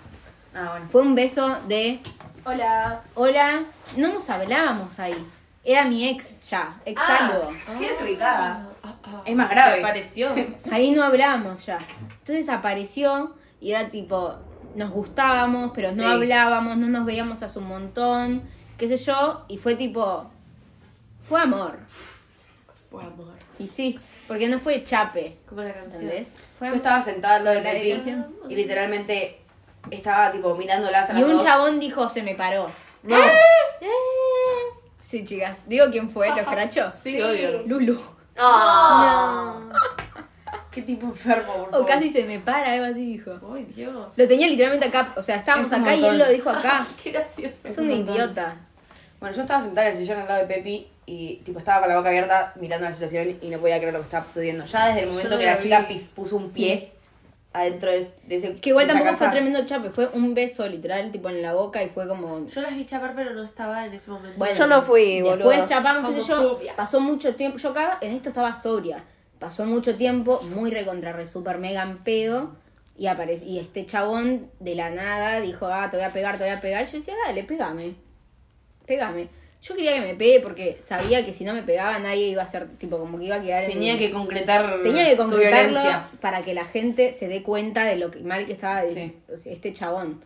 [SPEAKER 1] Ah, bueno.
[SPEAKER 4] Fue un beso de. Hola. Hola. No nos hablábamos ahí. Era mi ex ya. Ex
[SPEAKER 1] Ah.
[SPEAKER 4] algo.
[SPEAKER 6] ¿Qué desubicada?
[SPEAKER 1] Es más
[SPEAKER 2] Ah.
[SPEAKER 1] grave.
[SPEAKER 2] Apareció.
[SPEAKER 4] Ahí no hablábamos ya. Entonces apareció y era tipo, nos gustábamos, pero no
[SPEAKER 1] Sí.
[SPEAKER 4] hablábamos, no nos veíamos hace un montón, qué sé yo, y fue tipo, fue amor.
[SPEAKER 2] Fue amor.
[SPEAKER 4] Y sí, porque no fue chape,
[SPEAKER 2] Como la canción.
[SPEAKER 4] ¿entendés? Fue
[SPEAKER 1] Yo
[SPEAKER 4] amor.
[SPEAKER 1] estaba sentada al lado de
[SPEAKER 4] La
[SPEAKER 1] Pepi
[SPEAKER 4] dirección.
[SPEAKER 1] y literalmente estaba, tipo, mirándolas a las
[SPEAKER 4] Y un
[SPEAKER 1] dos.
[SPEAKER 4] chabón dijo, se me paró. ¡Ah! ¡Eh!
[SPEAKER 2] No.
[SPEAKER 4] Sí, chicas, digo quién fue, los crachos.
[SPEAKER 2] Sí, obvio.
[SPEAKER 4] Lulu.
[SPEAKER 3] No.
[SPEAKER 1] Qué tipo enfermo, por favor.
[SPEAKER 4] O casi se me para, algo así dijo.
[SPEAKER 2] Ay, Dios.
[SPEAKER 4] Lo tenía literalmente acá, o sea, estábamos
[SPEAKER 1] Es un
[SPEAKER 4] acá y él
[SPEAKER 1] montón.
[SPEAKER 4] lo dijo acá.
[SPEAKER 2] Qué gracioso.
[SPEAKER 4] [laughs] Es un idiota.
[SPEAKER 1] Bueno, yo estaba sentada en el sillón al lado de Pepi y tipo estaba con la boca abierta mirando la situación y no podía creer lo que estaba sucediendo. Ya desde el momento
[SPEAKER 2] no
[SPEAKER 1] que
[SPEAKER 2] la
[SPEAKER 1] la chica
[SPEAKER 2] vi.
[SPEAKER 1] pis- puso un pie adentro de, de ese
[SPEAKER 4] Que igual
[SPEAKER 1] de esa
[SPEAKER 4] tampoco fue
[SPEAKER 1] casa.
[SPEAKER 4] tremendo chape, fue un beso literal, tipo en la boca y fue como.
[SPEAKER 2] Yo las vi chapar, pero no estaba en ese momento.
[SPEAKER 4] Bueno,
[SPEAKER 5] Yo no fui,
[SPEAKER 4] después
[SPEAKER 5] boludo.
[SPEAKER 4] chapamos, qué sé yo,
[SPEAKER 2] Homofobia.
[SPEAKER 4] pasó mucho tiempo. Yo acá en esto estaba sobria. Pasó mucho tiempo, muy recontra re super mega en pedo. Y, apare- y este chabón de la nada dijo, ah, te voy a pegar, te voy a pegar. Yo decía, dale, pégame. Pégame. Yo quería que me pegue porque sabía que si no me pegaba nadie iba a ser, tipo, como que iba a quedar en-
[SPEAKER 1] Tenía que concretar
[SPEAKER 4] Tenía que
[SPEAKER 1] Mm, su
[SPEAKER 4] concretarlo
[SPEAKER 1] violencia.
[SPEAKER 4] para que la gente se dé cuenta de lo que mal que estaba de-
[SPEAKER 1] Sí.
[SPEAKER 4] o sea, este chabón.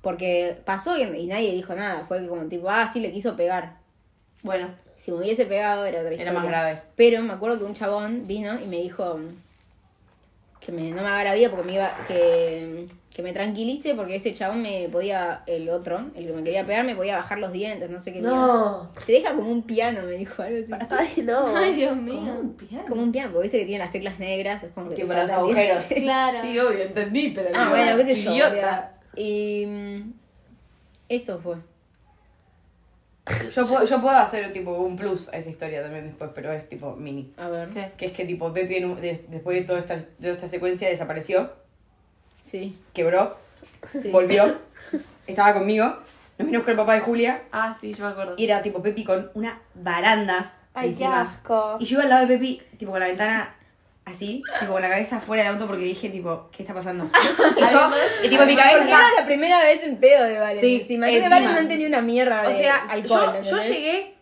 [SPEAKER 4] Porque pasó y, y nadie dijo nada. Fue como tipo, ah, sí, le quiso pegar.
[SPEAKER 1] Bueno,
[SPEAKER 4] Si me hubiese pegado era otra historia.
[SPEAKER 1] era más grave.
[SPEAKER 4] Pero me acuerdo que un chabón vino y me dijo que me- no me haga la vida porque me iba, que, que me tranquilice porque este chabón me podía, el otro, el que me quería pegar, me podía bajar los dientes, no sé qué.
[SPEAKER 2] No.
[SPEAKER 4] mierda. Te deja como un piano, me dijo algo así.
[SPEAKER 5] [laughs] Ay, no.
[SPEAKER 3] Ay, Dios mío.
[SPEAKER 4] Como un piano, porque viste que tiene las teclas negras, es como que
[SPEAKER 1] Tipo
[SPEAKER 4] te
[SPEAKER 1] los
[SPEAKER 4] saltan
[SPEAKER 1] agujeros.
[SPEAKER 4] [laughs] dientes.
[SPEAKER 3] Claro.
[SPEAKER 2] Sí, obvio, entendí, pero.
[SPEAKER 4] Ah, bueno, qué sé yo.
[SPEAKER 2] Idiota.
[SPEAKER 4] boluda. Y mm, eso fue.
[SPEAKER 1] Yo, puedo- yo puedo hacer tipo un plus a esa historia también después, pero es tipo mini.
[SPEAKER 4] A ver.
[SPEAKER 2] ¿Qué?
[SPEAKER 1] Que es que tipo Pepi en un- de- después de toda esta, de toda esta secuencia desapareció,
[SPEAKER 4] Sí.
[SPEAKER 1] quebró,
[SPEAKER 4] sí.
[SPEAKER 1] volvió, estaba conmigo, nos vino con el papá de Julia
[SPEAKER 2] Ah, sí, yo me acuerdo.
[SPEAKER 1] Y era tipo Pepi con una baranda
[SPEAKER 5] Ay, qué
[SPEAKER 1] encima.
[SPEAKER 5] asco.
[SPEAKER 1] Y yo iba al lado de Pepi, tipo con la ventana así, tipo con la cabeza fuera del auto porque dije, tipo, ¿qué está
[SPEAKER 4] [laughs]
[SPEAKER 1] pasando? Y yo, y tipo, mi cabeza
[SPEAKER 4] Porque era
[SPEAKER 1] estaba...
[SPEAKER 4] la primera vez en pedo de Valen.
[SPEAKER 1] Sí,
[SPEAKER 4] encima. Y de
[SPEAKER 1] encima.
[SPEAKER 4] Valen no entendí una mierda.
[SPEAKER 1] O
[SPEAKER 4] de
[SPEAKER 1] sea,
[SPEAKER 4] alcohol,
[SPEAKER 1] Eh, yo, yo
[SPEAKER 4] ¿entendés?
[SPEAKER 1] llegué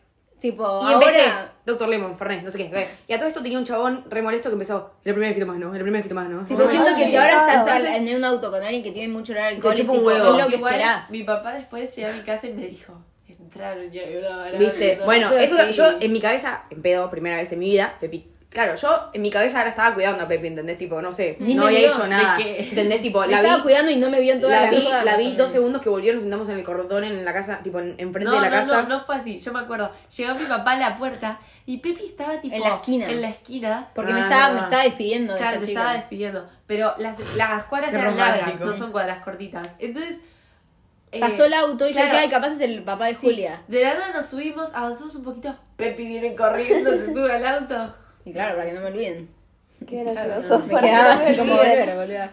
[SPEAKER 4] Tipo,
[SPEAKER 1] y
[SPEAKER 4] ahora.
[SPEAKER 1] empecé, Doctor Lemon, Fernet, no sé qué. ve. Y a todo esto tenía un chabón re molesto que empezó, la primera vez que tomás, ¿no? La primera vez que tomás, ¿no?
[SPEAKER 4] Tipo, siento que si ahora
[SPEAKER 5] Ay,
[SPEAKER 4] estás
[SPEAKER 1] entonces-
[SPEAKER 4] al- en un auto con alguien que tiene mucho olor a alcohol, es,
[SPEAKER 1] chupa un
[SPEAKER 4] tipo,
[SPEAKER 1] huevo.
[SPEAKER 4] es lo que
[SPEAKER 2] Igual,
[SPEAKER 4] esperás.
[SPEAKER 2] Mi papá después llegó a mi casa y me dijo: entraron y había una barata.
[SPEAKER 1] ¿Viste? Bueno,
[SPEAKER 2] Sí.
[SPEAKER 1] eso yo en mi cabeza, en pedo, primera vez en mi vida, Pepi. Claro, yo en mi cabeza ahora estaba cuidando a Pepi, ¿entendés? Tipo, no sé,
[SPEAKER 4] Ni
[SPEAKER 1] no
[SPEAKER 4] me
[SPEAKER 1] había
[SPEAKER 4] vio.
[SPEAKER 1] hecho nada.
[SPEAKER 2] ¿De qué?
[SPEAKER 1] ¿Entendés? Tipo,
[SPEAKER 4] Me
[SPEAKER 1] la
[SPEAKER 4] estaba
[SPEAKER 1] vi,
[SPEAKER 4] cuidando y no me vio en toda la
[SPEAKER 1] la vi,
[SPEAKER 4] joda,
[SPEAKER 1] la
[SPEAKER 4] más
[SPEAKER 1] vi
[SPEAKER 4] o
[SPEAKER 1] dos
[SPEAKER 4] menos.
[SPEAKER 1] segundos que volvió, nos sentamos en el cordón, en la casa, tipo, en- enfrente
[SPEAKER 2] No,
[SPEAKER 1] de la
[SPEAKER 2] no,
[SPEAKER 1] casa.
[SPEAKER 2] no, no fue así, yo me acuerdo. Llegó mi papá a la puerta y Pepi estaba tipo.
[SPEAKER 4] En la esquina.
[SPEAKER 2] En la esquina.
[SPEAKER 4] Porque me,
[SPEAKER 1] Ah,
[SPEAKER 4] estaba, me
[SPEAKER 1] verdad.
[SPEAKER 4] estaba despidiendo de
[SPEAKER 2] Claro,
[SPEAKER 4] esta
[SPEAKER 2] se
[SPEAKER 4] chica.
[SPEAKER 2] estaba despidiendo. Pero las, las cuadras
[SPEAKER 1] Qué
[SPEAKER 2] eran largas,
[SPEAKER 1] romántico.
[SPEAKER 2] no son cuadras cortitas. Entonces. eh,
[SPEAKER 4] Pasó el auto y yo
[SPEAKER 2] claro.
[SPEAKER 4] dije, ay, capaz es el papá de
[SPEAKER 2] sí,
[SPEAKER 4] Julia.
[SPEAKER 2] De la nada nos subimos, avanzamos un poquito. [laughs] Pepi viene corriendo, se sube al auto.
[SPEAKER 4] Y claro, para que no me olviden.
[SPEAKER 5] Qué gracioso.
[SPEAKER 4] Me quedaba así como volver, boluda.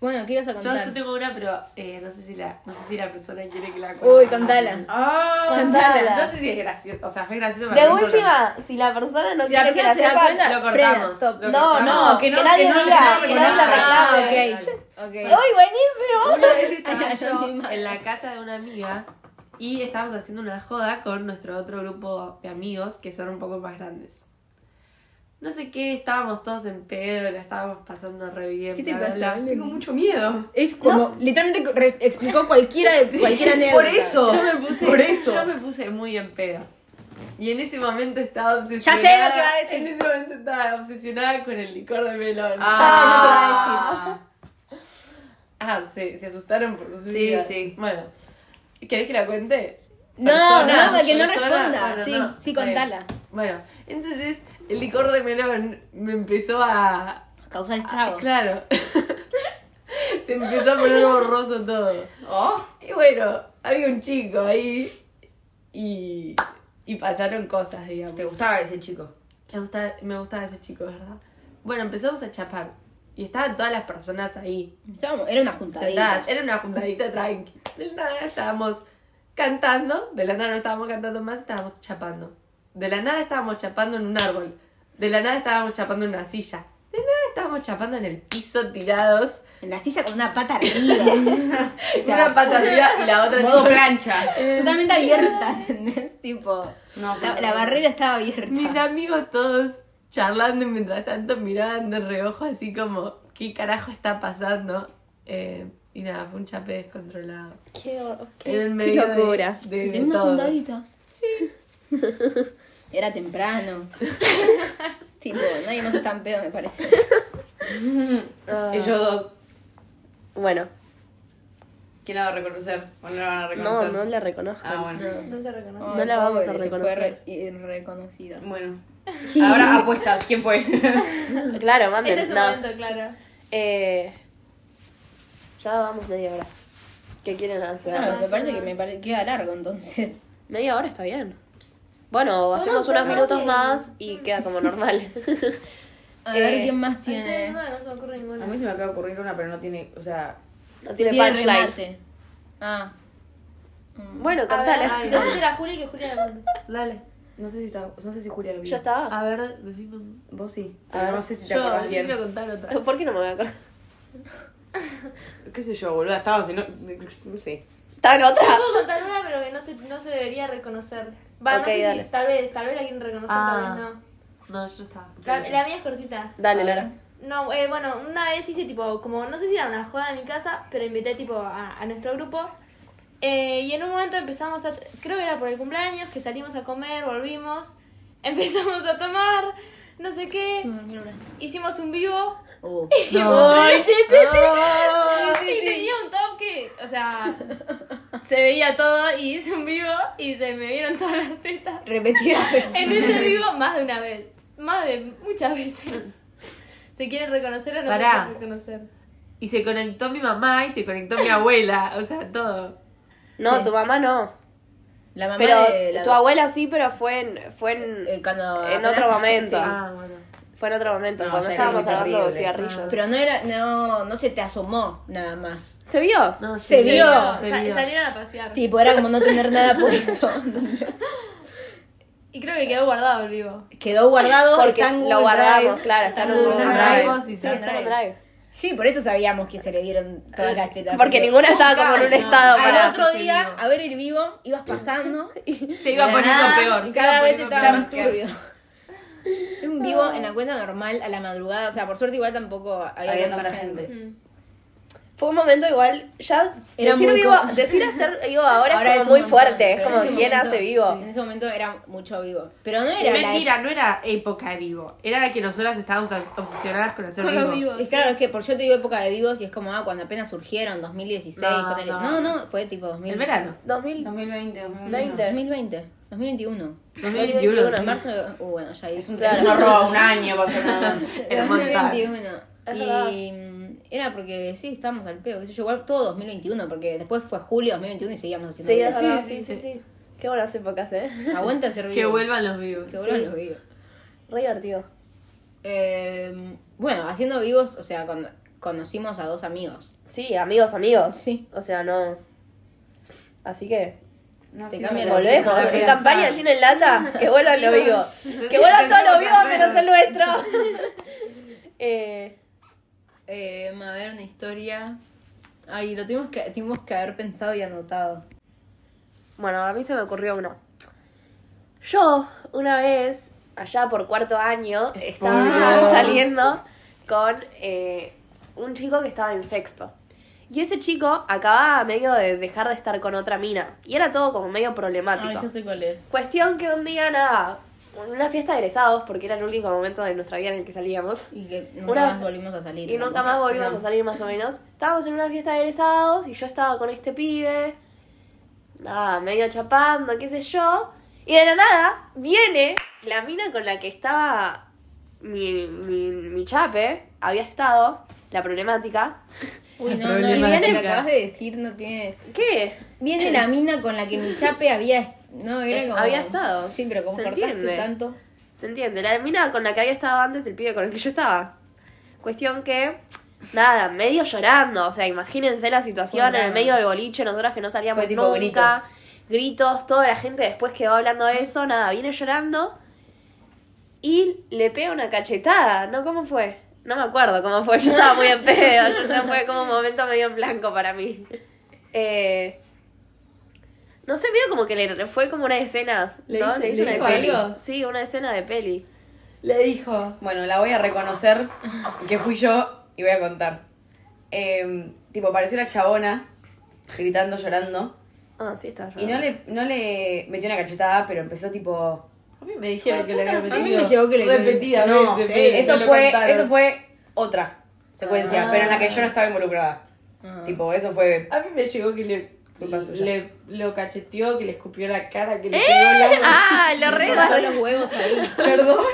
[SPEAKER 4] Bueno, ¿qué ibas a
[SPEAKER 2] Yo,
[SPEAKER 4] contar?
[SPEAKER 2] yo tengo una, pero eh, no, sé si la, no sé si la persona quiere que la cuente.
[SPEAKER 4] Uy, contala.
[SPEAKER 1] [laughs] Ah,
[SPEAKER 5] Contala.
[SPEAKER 1] No sé si es gracioso. O sea, es gracioso para
[SPEAKER 5] De
[SPEAKER 1] nosotros.
[SPEAKER 5] última, si la persona no
[SPEAKER 4] Si la
[SPEAKER 5] quiere que
[SPEAKER 4] persona
[SPEAKER 5] la
[SPEAKER 4] se da
[SPEAKER 5] sepan,
[SPEAKER 4] cuenta,
[SPEAKER 2] Lo cortamos.
[SPEAKER 4] frena, stop.
[SPEAKER 2] lo
[SPEAKER 5] No,
[SPEAKER 2] cortamos.
[SPEAKER 5] no, que, nadie
[SPEAKER 1] no,
[SPEAKER 5] diga,
[SPEAKER 1] que
[SPEAKER 5] que,
[SPEAKER 1] no
[SPEAKER 5] nadie la
[SPEAKER 4] Ah,
[SPEAKER 5] reclame.
[SPEAKER 4] ok.
[SPEAKER 5] ¡Uy,
[SPEAKER 4] Ok.
[SPEAKER 5] buenísimo!
[SPEAKER 2] Una
[SPEAKER 5] [laughs]
[SPEAKER 2] vez estaba
[SPEAKER 4] Ay,
[SPEAKER 2] yo
[SPEAKER 4] no.
[SPEAKER 2] en la casa de una amiga y estábamos haciendo una joda con nuestro otro grupo de amigos que son un poco más grandes. No sé qué, estábamos todos en pedo, la estábamos pasando re bien.
[SPEAKER 4] ¿Qué te
[SPEAKER 2] bla, bla,
[SPEAKER 4] pasa,
[SPEAKER 2] bla.
[SPEAKER 4] Ale?
[SPEAKER 1] Tengo mucho miedo.
[SPEAKER 4] Es como, literalmente re- explicó cualquiera de [laughs] cualquier anécdota.
[SPEAKER 1] Por eso.
[SPEAKER 2] Yo me puse,
[SPEAKER 1] Por eso.
[SPEAKER 2] yo me puse muy en pedo. Y en ese momento estaba obsesionada.
[SPEAKER 4] Ya sé lo que va a decir.
[SPEAKER 2] En ese momento estaba obsesionada con el licor de melón.
[SPEAKER 1] Ah,
[SPEAKER 2] [laughs] Ah, se, se asustaron por sus
[SPEAKER 1] Sí,
[SPEAKER 2] vidas.
[SPEAKER 1] sí.
[SPEAKER 2] Bueno, ¿querés que la cuente?
[SPEAKER 4] No,
[SPEAKER 2] Persona,
[SPEAKER 4] no, para que no
[SPEAKER 2] persona,
[SPEAKER 4] responda.
[SPEAKER 2] bueno,
[SPEAKER 4] sí,
[SPEAKER 2] no,
[SPEAKER 4] sí,
[SPEAKER 2] está bien.
[SPEAKER 4] contala.
[SPEAKER 2] Bueno, entonces el licor de melón me empezó a...
[SPEAKER 4] Causar estragos.
[SPEAKER 2] Claro. [laughs] se empezó a poner borroso todo.
[SPEAKER 1] Oh,
[SPEAKER 2] Y bueno, había un chico ahí y, y pasaron cosas, digamos.
[SPEAKER 1] te gustaba ese chico.
[SPEAKER 2] Le gusta- me gustaba ese chico, ¿verdad? Bueno, empezamos a chapar. Y estaban todas las personas ahí.
[SPEAKER 4] Estábamos- Era una juntadita.
[SPEAKER 2] Sentadas. Era una juntadita tranqui. De la nada estábamos cantando. De la nada no estábamos cantando más, estábamos chapando. De la nada estábamos chapando en un árbol. De la nada estábamos chapando en una silla. De la nada estábamos chapando en el piso tirados.
[SPEAKER 4] En la silla con una [laughs] pata arriba. O sea,
[SPEAKER 2] una pata arriba y la otra
[SPEAKER 1] Modo plancha.
[SPEAKER 4] totalmente abierta, [laughs] ¿entendés? Tipo,
[SPEAKER 1] No,
[SPEAKER 4] la, la barrera estaba abierta.
[SPEAKER 2] Mis amigos todos charlando y mientras tanto miraban de reojo así como, ¿qué carajo está pasando? Eh, y nada, fue un chape descontrolado. En el
[SPEAKER 5] qué
[SPEAKER 2] medio de-
[SPEAKER 5] locura!
[SPEAKER 2] De, de
[SPEAKER 4] De una
[SPEAKER 2] todos.
[SPEAKER 4] juntadita. Sí. [laughs] Era
[SPEAKER 5] [laughs]
[SPEAKER 4] temprano. tipo, nadie más está en pedo, me parece.
[SPEAKER 5] Ah,
[SPEAKER 1] Ellos dos.
[SPEAKER 5] Bueno,
[SPEAKER 1] ¿Quién la va a reconocer? ¿O no la van a
[SPEAKER 5] no,
[SPEAKER 1] reconocer?
[SPEAKER 5] no la reconozco.
[SPEAKER 1] Ah, bueno.
[SPEAKER 3] No se reconoce.
[SPEAKER 5] No la vamos a
[SPEAKER 4] Pobre, se fue
[SPEAKER 5] reconocer.
[SPEAKER 4] re- reconocida.
[SPEAKER 1] Bueno. Ahora apuestas. ¿Quién fue?
[SPEAKER 5] Claro, manden.
[SPEAKER 3] Este es su
[SPEAKER 5] no.
[SPEAKER 3] momento, claro.
[SPEAKER 5] Eh, ya vamos media hora. ¿Qué quieren hacer?
[SPEAKER 4] Ah, me parece que me pare- queda largo entonces.
[SPEAKER 5] Media hora está bien. Bueno, hacemos
[SPEAKER 3] no,
[SPEAKER 5] unos
[SPEAKER 3] no,
[SPEAKER 5] minutos
[SPEAKER 3] sí.
[SPEAKER 5] más y queda como normal.
[SPEAKER 4] A ver
[SPEAKER 5] Eh,
[SPEAKER 4] quién más
[SPEAKER 3] Ay,
[SPEAKER 4] tiene.
[SPEAKER 3] Este No, no se me ocurre
[SPEAKER 1] A
[SPEAKER 3] ninguna.
[SPEAKER 1] mí se me acaba de ocurrir una, pero no tiene. O sea.
[SPEAKER 5] No tiene,
[SPEAKER 4] Tiene
[SPEAKER 5] punchline.
[SPEAKER 4] remate. Ah.
[SPEAKER 5] Bueno,
[SPEAKER 3] A ver,
[SPEAKER 5] contale.
[SPEAKER 3] ay, Decísela a Juli que Julia la cuente.
[SPEAKER 5] Ah.
[SPEAKER 2] Dale.
[SPEAKER 1] No sé si estaba. No sé si Julia lo vio.
[SPEAKER 5] Yo estaba.
[SPEAKER 2] A ver, decime.
[SPEAKER 1] Vos sí. A ver, no sé si te
[SPEAKER 2] yo,
[SPEAKER 1] acordás
[SPEAKER 2] yo
[SPEAKER 1] bien.
[SPEAKER 2] quiero contar otra.
[SPEAKER 5] [laughs] ¿Por qué no me voy a acordar?
[SPEAKER 1] ¿Qué sé yo, boluda? Estabas en. No sé.
[SPEAKER 5] Estaba en
[SPEAKER 3] [laughs]
[SPEAKER 5] otra.
[SPEAKER 3] Puedo contar una, pero que no se, no se debería reconocer. Va,
[SPEAKER 5] Ok,
[SPEAKER 3] no sé si-
[SPEAKER 5] dale.
[SPEAKER 3] tal vez, tal vez la quieren reconocer,
[SPEAKER 2] Ah.
[SPEAKER 3] tal vez
[SPEAKER 2] [laughs]
[SPEAKER 3] no.
[SPEAKER 2] No, yo estaba.
[SPEAKER 3] La, la mía es cortita.
[SPEAKER 5] Dale,
[SPEAKER 1] A ver.
[SPEAKER 5] Lara.
[SPEAKER 3] No, eh, bueno, una vez hice tipo, como no sé si era una joda en mi casa, pero invité tipo a, a nuestro grupo. Eh, y en un momento empezamos a, creo que era por el cumpleaños, que salimos a comer, volvimos, [laughs] empezamos a tomar, no sé qué,
[SPEAKER 4] Mm, dormí el brazo.
[SPEAKER 3] hicimos un vivo.
[SPEAKER 5] Uh.
[SPEAKER 4] Oh.
[SPEAKER 3] [laughs]
[SPEAKER 5] Ay, sí, sí, sí.
[SPEAKER 3] Y tenía un top que, o sea, se veía todo y hice un vivo y se me vieron todas las tetas.
[SPEAKER 4] [laughs] Repetida vez.
[SPEAKER 5] [laughs]
[SPEAKER 3] En ese vivo más de una vez, más de muchas veces. [laughs] ¿Se quieren reconocer o no
[SPEAKER 2] Pará.
[SPEAKER 3] se quieren reconocer?
[SPEAKER 2] Y se conectó mi mamá y se conectó mi abuela. O sea, todo.
[SPEAKER 5] No,
[SPEAKER 4] Sí.
[SPEAKER 5] tu mamá no.
[SPEAKER 4] La mamá
[SPEAKER 5] Pero
[SPEAKER 4] de la-
[SPEAKER 5] tu abuela sí, pero fue en, fue en,
[SPEAKER 4] eh, cuando
[SPEAKER 5] en
[SPEAKER 4] apenas-
[SPEAKER 5] otro momento.
[SPEAKER 4] sí.
[SPEAKER 2] Ah, bueno.
[SPEAKER 5] Fue en otro momento,
[SPEAKER 1] No,
[SPEAKER 5] cuando
[SPEAKER 1] sí,
[SPEAKER 5] estábamos
[SPEAKER 1] es
[SPEAKER 5] hablando de
[SPEAKER 1] horrible.
[SPEAKER 5] cigarrillos.
[SPEAKER 4] Pero no era, no, no se te asomó nada más.
[SPEAKER 5] ¿Se vio?
[SPEAKER 2] No,
[SPEAKER 4] Se
[SPEAKER 2] sí,
[SPEAKER 4] vio,
[SPEAKER 2] no,
[SPEAKER 3] Sa-
[SPEAKER 2] se vio.
[SPEAKER 3] salieron a
[SPEAKER 5] Ah.
[SPEAKER 3] pasear.
[SPEAKER 4] Tipo, era como no tener
[SPEAKER 5] [laughs]
[SPEAKER 4] nada puesto.
[SPEAKER 3] Y creo que quedó guardado el vivo.
[SPEAKER 4] Quedó guardado
[SPEAKER 5] Porque
[SPEAKER 4] está en Google
[SPEAKER 5] lo guardamos,
[SPEAKER 4] Drive.
[SPEAKER 5] claro, está en
[SPEAKER 4] Ah,
[SPEAKER 5] un Google
[SPEAKER 4] está en
[SPEAKER 5] Drive.
[SPEAKER 4] Drive.
[SPEAKER 2] Sí,
[SPEAKER 5] Sí,
[SPEAKER 2] está
[SPEAKER 5] está en Drive.
[SPEAKER 4] Sí, por eso sabíamos que se le dieron todas las tetas.
[SPEAKER 5] Porque ninguna estaba como en un estado
[SPEAKER 4] Al
[SPEAKER 5] para.
[SPEAKER 4] otro día, a ver el vivo, ibas pasando
[SPEAKER 5] [laughs]
[SPEAKER 2] Se iba
[SPEAKER 4] De
[SPEAKER 2] poniendo
[SPEAKER 4] nada,
[SPEAKER 2] peor.
[SPEAKER 4] Y
[SPEAKER 2] se
[SPEAKER 4] cada
[SPEAKER 2] iba
[SPEAKER 4] vez
[SPEAKER 2] poniendo
[SPEAKER 4] estaba
[SPEAKER 2] peor.
[SPEAKER 4] más turbio. Un vivo en la cuenta normal a la madrugada. O sea, por suerte igual tampoco había,
[SPEAKER 1] Había
[SPEAKER 4] tanta
[SPEAKER 1] tanta
[SPEAKER 4] gente.
[SPEAKER 1] gente.
[SPEAKER 3] Mm.
[SPEAKER 5] Fue un momento igual, ya
[SPEAKER 4] Era
[SPEAKER 5] decir
[SPEAKER 4] muy
[SPEAKER 5] vivo,
[SPEAKER 4] com-
[SPEAKER 5] decir hacer vivo [laughs] ahora, es como
[SPEAKER 4] un
[SPEAKER 5] muy
[SPEAKER 4] montón,
[SPEAKER 5] fuerte, es
[SPEAKER 4] pero
[SPEAKER 5] como
[SPEAKER 4] en ese
[SPEAKER 5] quién
[SPEAKER 4] momento-
[SPEAKER 5] hace vivo.
[SPEAKER 4] En ese momento era mucho vivo. Pero no
[SPEAKER 2] Sí,
[SPEAKER 4] era la-
[SPEAKER 2] mentira, no era época de vivo. Era que nosotras estábamos obsesionadas con hacer
[SPEAKER 3] Con los
[SPEAKER 2] vivos.
[SPEAKER 3] vivos.
[SPEAKER 4] Es claro, es que por yo te digo época de vivos y es como, ah, cuando apenas surgieron, 2016,
[SPEAKER 2] No,
[SPEAKER 4] ponele.
[SPEAKER 2] no.
[SPEAKER 4] No, no, fue tipo 2000.
[SPEAKER 2] El verano.
[SPEAKER 5] 2000.
[SPEAKER 1] 2020,
[SPEAKER 5] 2020.
[SPEAKER 4] 2020, 2021.
[SPEAKER 2] 2021.
[SPEAKER 4] En
[SPEAKER 2] sí.
[SPEAKER 4] marzo, uh, bueno, ya
[SPEAKER 1] Es un,
[SPEAKER 4] claro.
[SPEAKER 1] es un error, un año pasó nada más.
[SPEAKER 2] Era un montón.
[SPEAKER 4] 2021.
[SPEAKER 5] Es verdad.
[SPEAKER 4] Y mm, era porque sí, estábamos al peo, qué sé yo, igual todo 2021, porque después fue julio 2021 y seguíamos haciendo
[SPEAKER 5] Sí,
[SPEAKER 4] videos.
[SPEAKER 5] sí,
[SPEAKER 2] sí,
[SPEAKER 5] sí, sí,
[SPEAKER 2] sí.
[SPEAKER 5] sí. Qué buenas épocas, eh.
[SPEAKER 4] [laughs] Aguanta el servicio.
[SPEAKER 2] Que vuelvan los vivos.
[SPEAKER 4] Que vuelvan
[SPEAKER 5] Sí.
[SPEAKER 4] los vivos.
[SPEAKER 5] Re divertido.
[SPEAKER 4] Eh, bueno, haciendo Em, vivos, o sea, cuando conocimos a dos amigos.
[SPEAKER 5] Sí, amigos, amigos.
[SPEAKER 4] Sí.
[SPEAKER 5] O sea, no. Así que.
[SPEAKER 1] No,
[SPEAKER 4] Te
[SPEAKER 1] sí,
[SPEAKER 4] cambia la
[SPEAKER 1] volvemos.
[SPEAKER 5] Volvemos.
[SPEAKER 2] volvemos.
[SPEAKER 5] En campaña allí en lata. Que vuelvan los vivos. Que [laughs] vuelvan todos los vivos menos el nuestro. [laughs] eh,
[SPEAKER 4] Em, a ver, una historia. Ay, lo tuvimos que, tuvimos que haber pensado y anotado.
[SPEAKER 5] bueno, a mí se me ocurrió uno. Yo, una vez, allá por cuarto año, estaba
[SPEAKER 1] Spoiler.
[SPEAKER 5] saliendo con eh, un chico que estaba en sexto. Y ese chico acababa medio de dejar de estar con otra mina. Y era todo como medio problemático.
[SPEAKER 4] Ah, sé cuál es.
[SPEAKER 5] Cuestión que un día, nada, en una fiesta de egresados, porque era el único momento de nuestra vida en el que salíamos,
[SPEAKER 4] Y que nunca
[SPEAKER 5] Una-
[SPEAKER 4] más volvimos a salir.
[SPEAKER 5] y nunca más volvimos a salir más o menos, estábamos en una fiesta de egresados y yo estaba con este pibe, nada, medio chapando, qué sé yo, y de la nada viene la mina con la que estaba mi, mi, mi chape, había estado, la problemática.
[SPEAKER 4] Uy, no, no,
[SPEAKER 2] La
[SPEAKER 4] y viene, lo
[SPEAKER 2] problemática.
[SPEAKER 4] que acabas de decir no tiene...
[SPEAKER 5] ¿Qué?
[SPEAKER 4] Viene la mina con la que mi chape había... No, era
[SPEAKER 5] Eh,
[SPEAKER 4] como...
[SPEAKER 5] había estado.
[SPEAKER 4] Sí, pero como
[SPEAKER 5] Se
[SPEAKER 4] cortaste
[SPEAKER 5] entiende.
[SPEAKER 4] tanto...
[SPEAKER 5] ¿Se entiende? La mina con la que había estado antes, el pibe con el que yo estaba. Cuestión que, nada, medio llorando. O sea, imagínense la
[SPEAKER 4] Fue
[SPEAKER 5] situación en el
[SPEAKER 4] drama.
[SPEAKER 5] medio del boliche, nosotras que no salíamos
[SPEAKER 4] Fue tipo
[SPEAKER 5] nunca.
[SPEAKER 4] gritos.
[SPEAKER 5] Gritos. toda la gente después quedó hablando de eso. Nada, viene llorando y le pega una cachetada. ¿No? ¿Cómo fue? No me acuerdo cómo fue. Yo estaba muy en pedo. [laughs] Yo estaba- fue como un momento medio en blanco para mí. Eh, no sé, medio como que le fue como una escena.
[SPEAKER 1] Le
[SPEAKER 5] ¿no?
[SPEAKER 1] hizo-
[SPEAKER 5] le
[SPEAKER 1] le
[SPEAKER 5] hizo una
[SPEAKER 1] dijo
[SPEAKER 5] de peli.
[SPEAKER 2] algo.
[SPEAKER 5] Sí, una escena de peli.
[SPEAKER 2] Le dijo.
[SPEAKER 1] Bueno, la voy a reconocer que fui yo y voy a contar. Em, tipo, apareció la chabona gritando, llorando.
[SPEAKER 5] Ah, sí, estaba
[SPEAKER 1] Y no le, no le metió una cachetada, pero empezó tipo.
[SPEAKER 2] A mí me dijeron que le había
[SPEAKER 4] A
[SPEAKER 2] metido.
[SPEAKER 4] mí me llegó que le
[SPEAKER 2] Repetida
[SPEAKER 1] No,
[SPEAKER 2] veces,
[SPEAKER 4] sí,
[SPEAKER 2] pero
[SPEAKER 1] Eso
[SPEAKER 2] me lo
[SPEAKER 1] fue,
[SPEAKER 2] contaron.
[SPEAKER 1] eso fue otra secuencia,
[SPEAKER 4] Ah.
[SPEAKER 1] pero en la que yo no estaba involucrada.
[SPEAKER 4] Ah.
[SPEAKER 1] Tipo, eso fue.
[SPEAKER 2] A mí me llegó que le,
[SPEAKER 1] Me pasó ya.
[SPEAKER 2] le lo cacheteó, que le escupió la cara, que le
[SPEAKER 4] ¡Eh!
[SPEAKER 2] pegó la
[SPEAKER 1] [laughs]
[SPEAKER 5] Ah, lo
[SPEAKER 4] Me
[SPEAKER 5] re
[SPEAKER 4] pasó los huevos ahí. [laughs]
[SPEAKER 1] Perdón.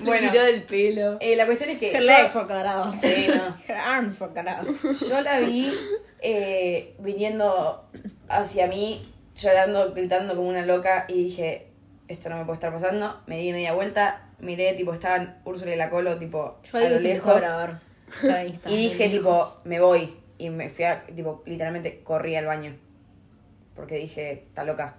[SPEAKER 2] le
[SPEAKER 1] Bueno,
[SPEAKER 2] tiró del pelo.
[SPEAKER 1] eh, la cuestión es que.
[SPEAKER 4] Her
[SPEAKER 1] yo-
[SPEAKER 4] legs were cut out.
[SPEAKER 1] Sí, no.
[SPEAKER 4] Her arms were cut out.
[SPEAKER 1] Yo la vi eh, viniendo hacia mí, llorando, gritando como una loca, y dije, esto no me puede estar pasando. Me di media vuelta, miré, tipo, estaban Úrsula y la Colo, tipo,
[SPEAKER 4] Yo
[SPEAKER 1] a
[SPEAKER 4] ahí
[SPEAKER 1] lo
[SPEAKER 4] se empezó a
[SPEAKER 1] lejos.
[SPEAKER 4] grabar. Para Instagram.
[SPEAKER 1] Y dije, tipo, me voy. Y me fui a, tipo, literalmente corrí al baño. Porque dije, está loca.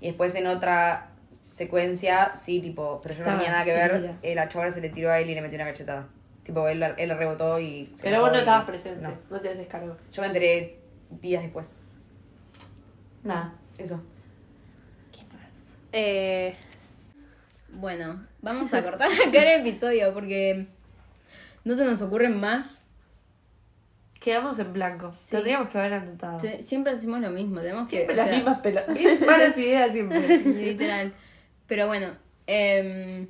[SPEAKER 1] Y después en otra secuencia, sí, tipo, pero yo no
[SPEAKER 2] Estaba
[SPEAKER 1] tenía nada que ver,
[SPEAKER 2] herida.
[SPEAKER 1] eh, la chavala se le tiró a él y le metió una cachetada. Tipo, él, la- él la rebotó y... se
[SPEAKER 2] Pero
[SPEAKER 1] enojó
[SPEAKER 2] vos no
[SPEAKER 1] y-
[SPEAKER 2] estabas presente,
[SPEAKER 1] No.
[SPEAKER 2] no, te haces cargo.
[SPEAKER 1] Yo me enteré días después.
[SPEAKER 2] Nada.
[SPEAKER 1] Eso.
[SPEAKER 5] Eh,
[SPEAKER 4] Bueno, vamos a cortar acá el episodio porque no se nos ocurren más.
[SPEAKER 2] Quedamos en blanco.
[SPEAKER 4] Sí.
[SPEAKER 2] Tendríamos que haber anotado.
[SPEAKER 4] Se- Siempre hacemos lo mismo, tenemos que.
[SPEAKER 2] Siempre
[SPEAKER 4] o
[SPEAKER 2] las
[SPEAKER 4] sea,
[SPEAKER 2] mismas pelotas. Malas
[SPEAKER 4] [laughs]
[SPEAKER 2] ideas siempre.
[SPEAKER 4] Literal. Pero bueno, em,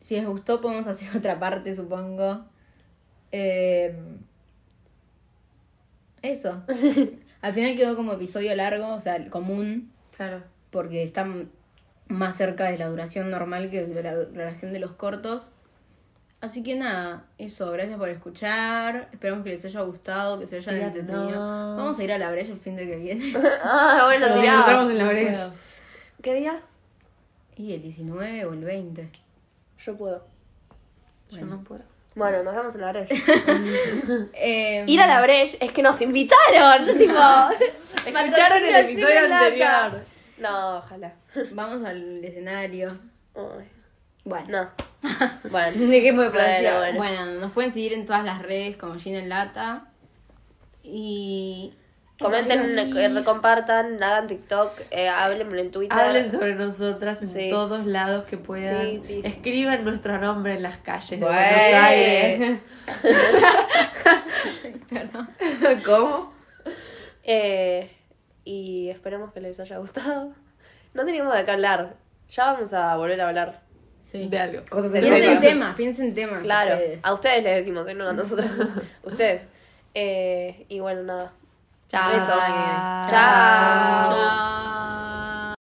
[SPEAKER 4] si les gustó, podemos hacer otra parte, supongo. Em, eso. Al final quedó como episodio largo, o sea, el común,
[SPEAKER 2] Claro.
[SPEAKER 4] porque está m- más cerca de la duración normal que de la du- duración de los cortos. Así que nada, eso, gracias por escuchar. Esperamos que les haya gustado, que se hayan
[SPEAKER 2] Síganos.
[SPEAKER 4] entretenido. Vamos a ir a la brecha el fin de que viene.
[SPEAKER 5] [laughs] ah, bueno,
[SPEAKER 1] Nos
[SPEAKER 5] tirá.
[SPEAKER 1] encontramos en la brecha.
[SPEAKER 5] ¿Qué día?
[SPEAKER 4] Y el 19 o el 20.
[SPEAKER 5] Yo puedo.
[SPEAKER 2] Yo no puedo.
[SPEAKER 5] Bueno, nos vemos en
[SPEAKER 1] [laughs]
[SPEAKER 5] la brecha.
[SPEAKER 4] Em,
[SPEAKER 5] Ir a la brecha es que nos invitaron. [laughs] tipo,
[SPEAKER 1] [laughs]
[SPEAKER 2] Escucharon el episodio anterior.
[SPEAKER 5] No, ojalá.
[SPEAKER 4] Vamos al escenario.
[SPEAKER 5] Ay,
[SPEAKER 4] [laughs] Bueno.
[SPEAKER 1] [laughs]
[SPEAKER 5] No. Bueno.
[SPEAKER 1] Dejemos de
[SPEAKER 5] Bueno,
[SPEAKER 1] playa.
[SPEAKER 5] bueno.
[SPEAKER 4] Bueno, nos pueden seguir en todas las redes como Gina en Lata. Y.
[SPEAKER 5] Comenten, eh, compartan, hagan TikTok, eh, háblenme en Twitter.
[SPEAKER 2] Hablen sobre nosotras en
[SPEAKER 5] Sí.
[SPEAKER 2] todos lados que puedan.
[SPEAKER 5] Sí, sí.
[SPEAKER 2] Escriban nuestro nombre en las calles de
[SPEAKER 1] Bueno.
[SPEAKER 2] Buenos [laughs]
[SPEAKER 1] [laughs]
[SPEAKER 2] Aires.
[SPEAKER 1] ¿Cómo?
[SPEAKER 5] Eh, y esperemos que les haya gustado. [laughs] No teníamos de qué hablar. Ya vamos a volver a hablar.
[SPEAKER 4] Sí.
[SPEAKER 2] De algo.
[SPEAKER 1] Cosas en
[SPEAKER 4] Piensen
[SPEAKER 1] serio.
[SPEAKER 4] temas, piensen temas.
[SPEAKER 5] Claro,
[SPEAKER 4] ustedes.
[SPEAKER 5] a ustedes les decimos, eh, no a [laughs] nosotros. ustedes. Eh, y bueno, nada.
[SPEAKER 2] Chao.
[SPEAKER 5] Beso.
[SPEAKER 2] Chao.
[SPEAKER 5] Chao.
[SPEAKER 4] Chao.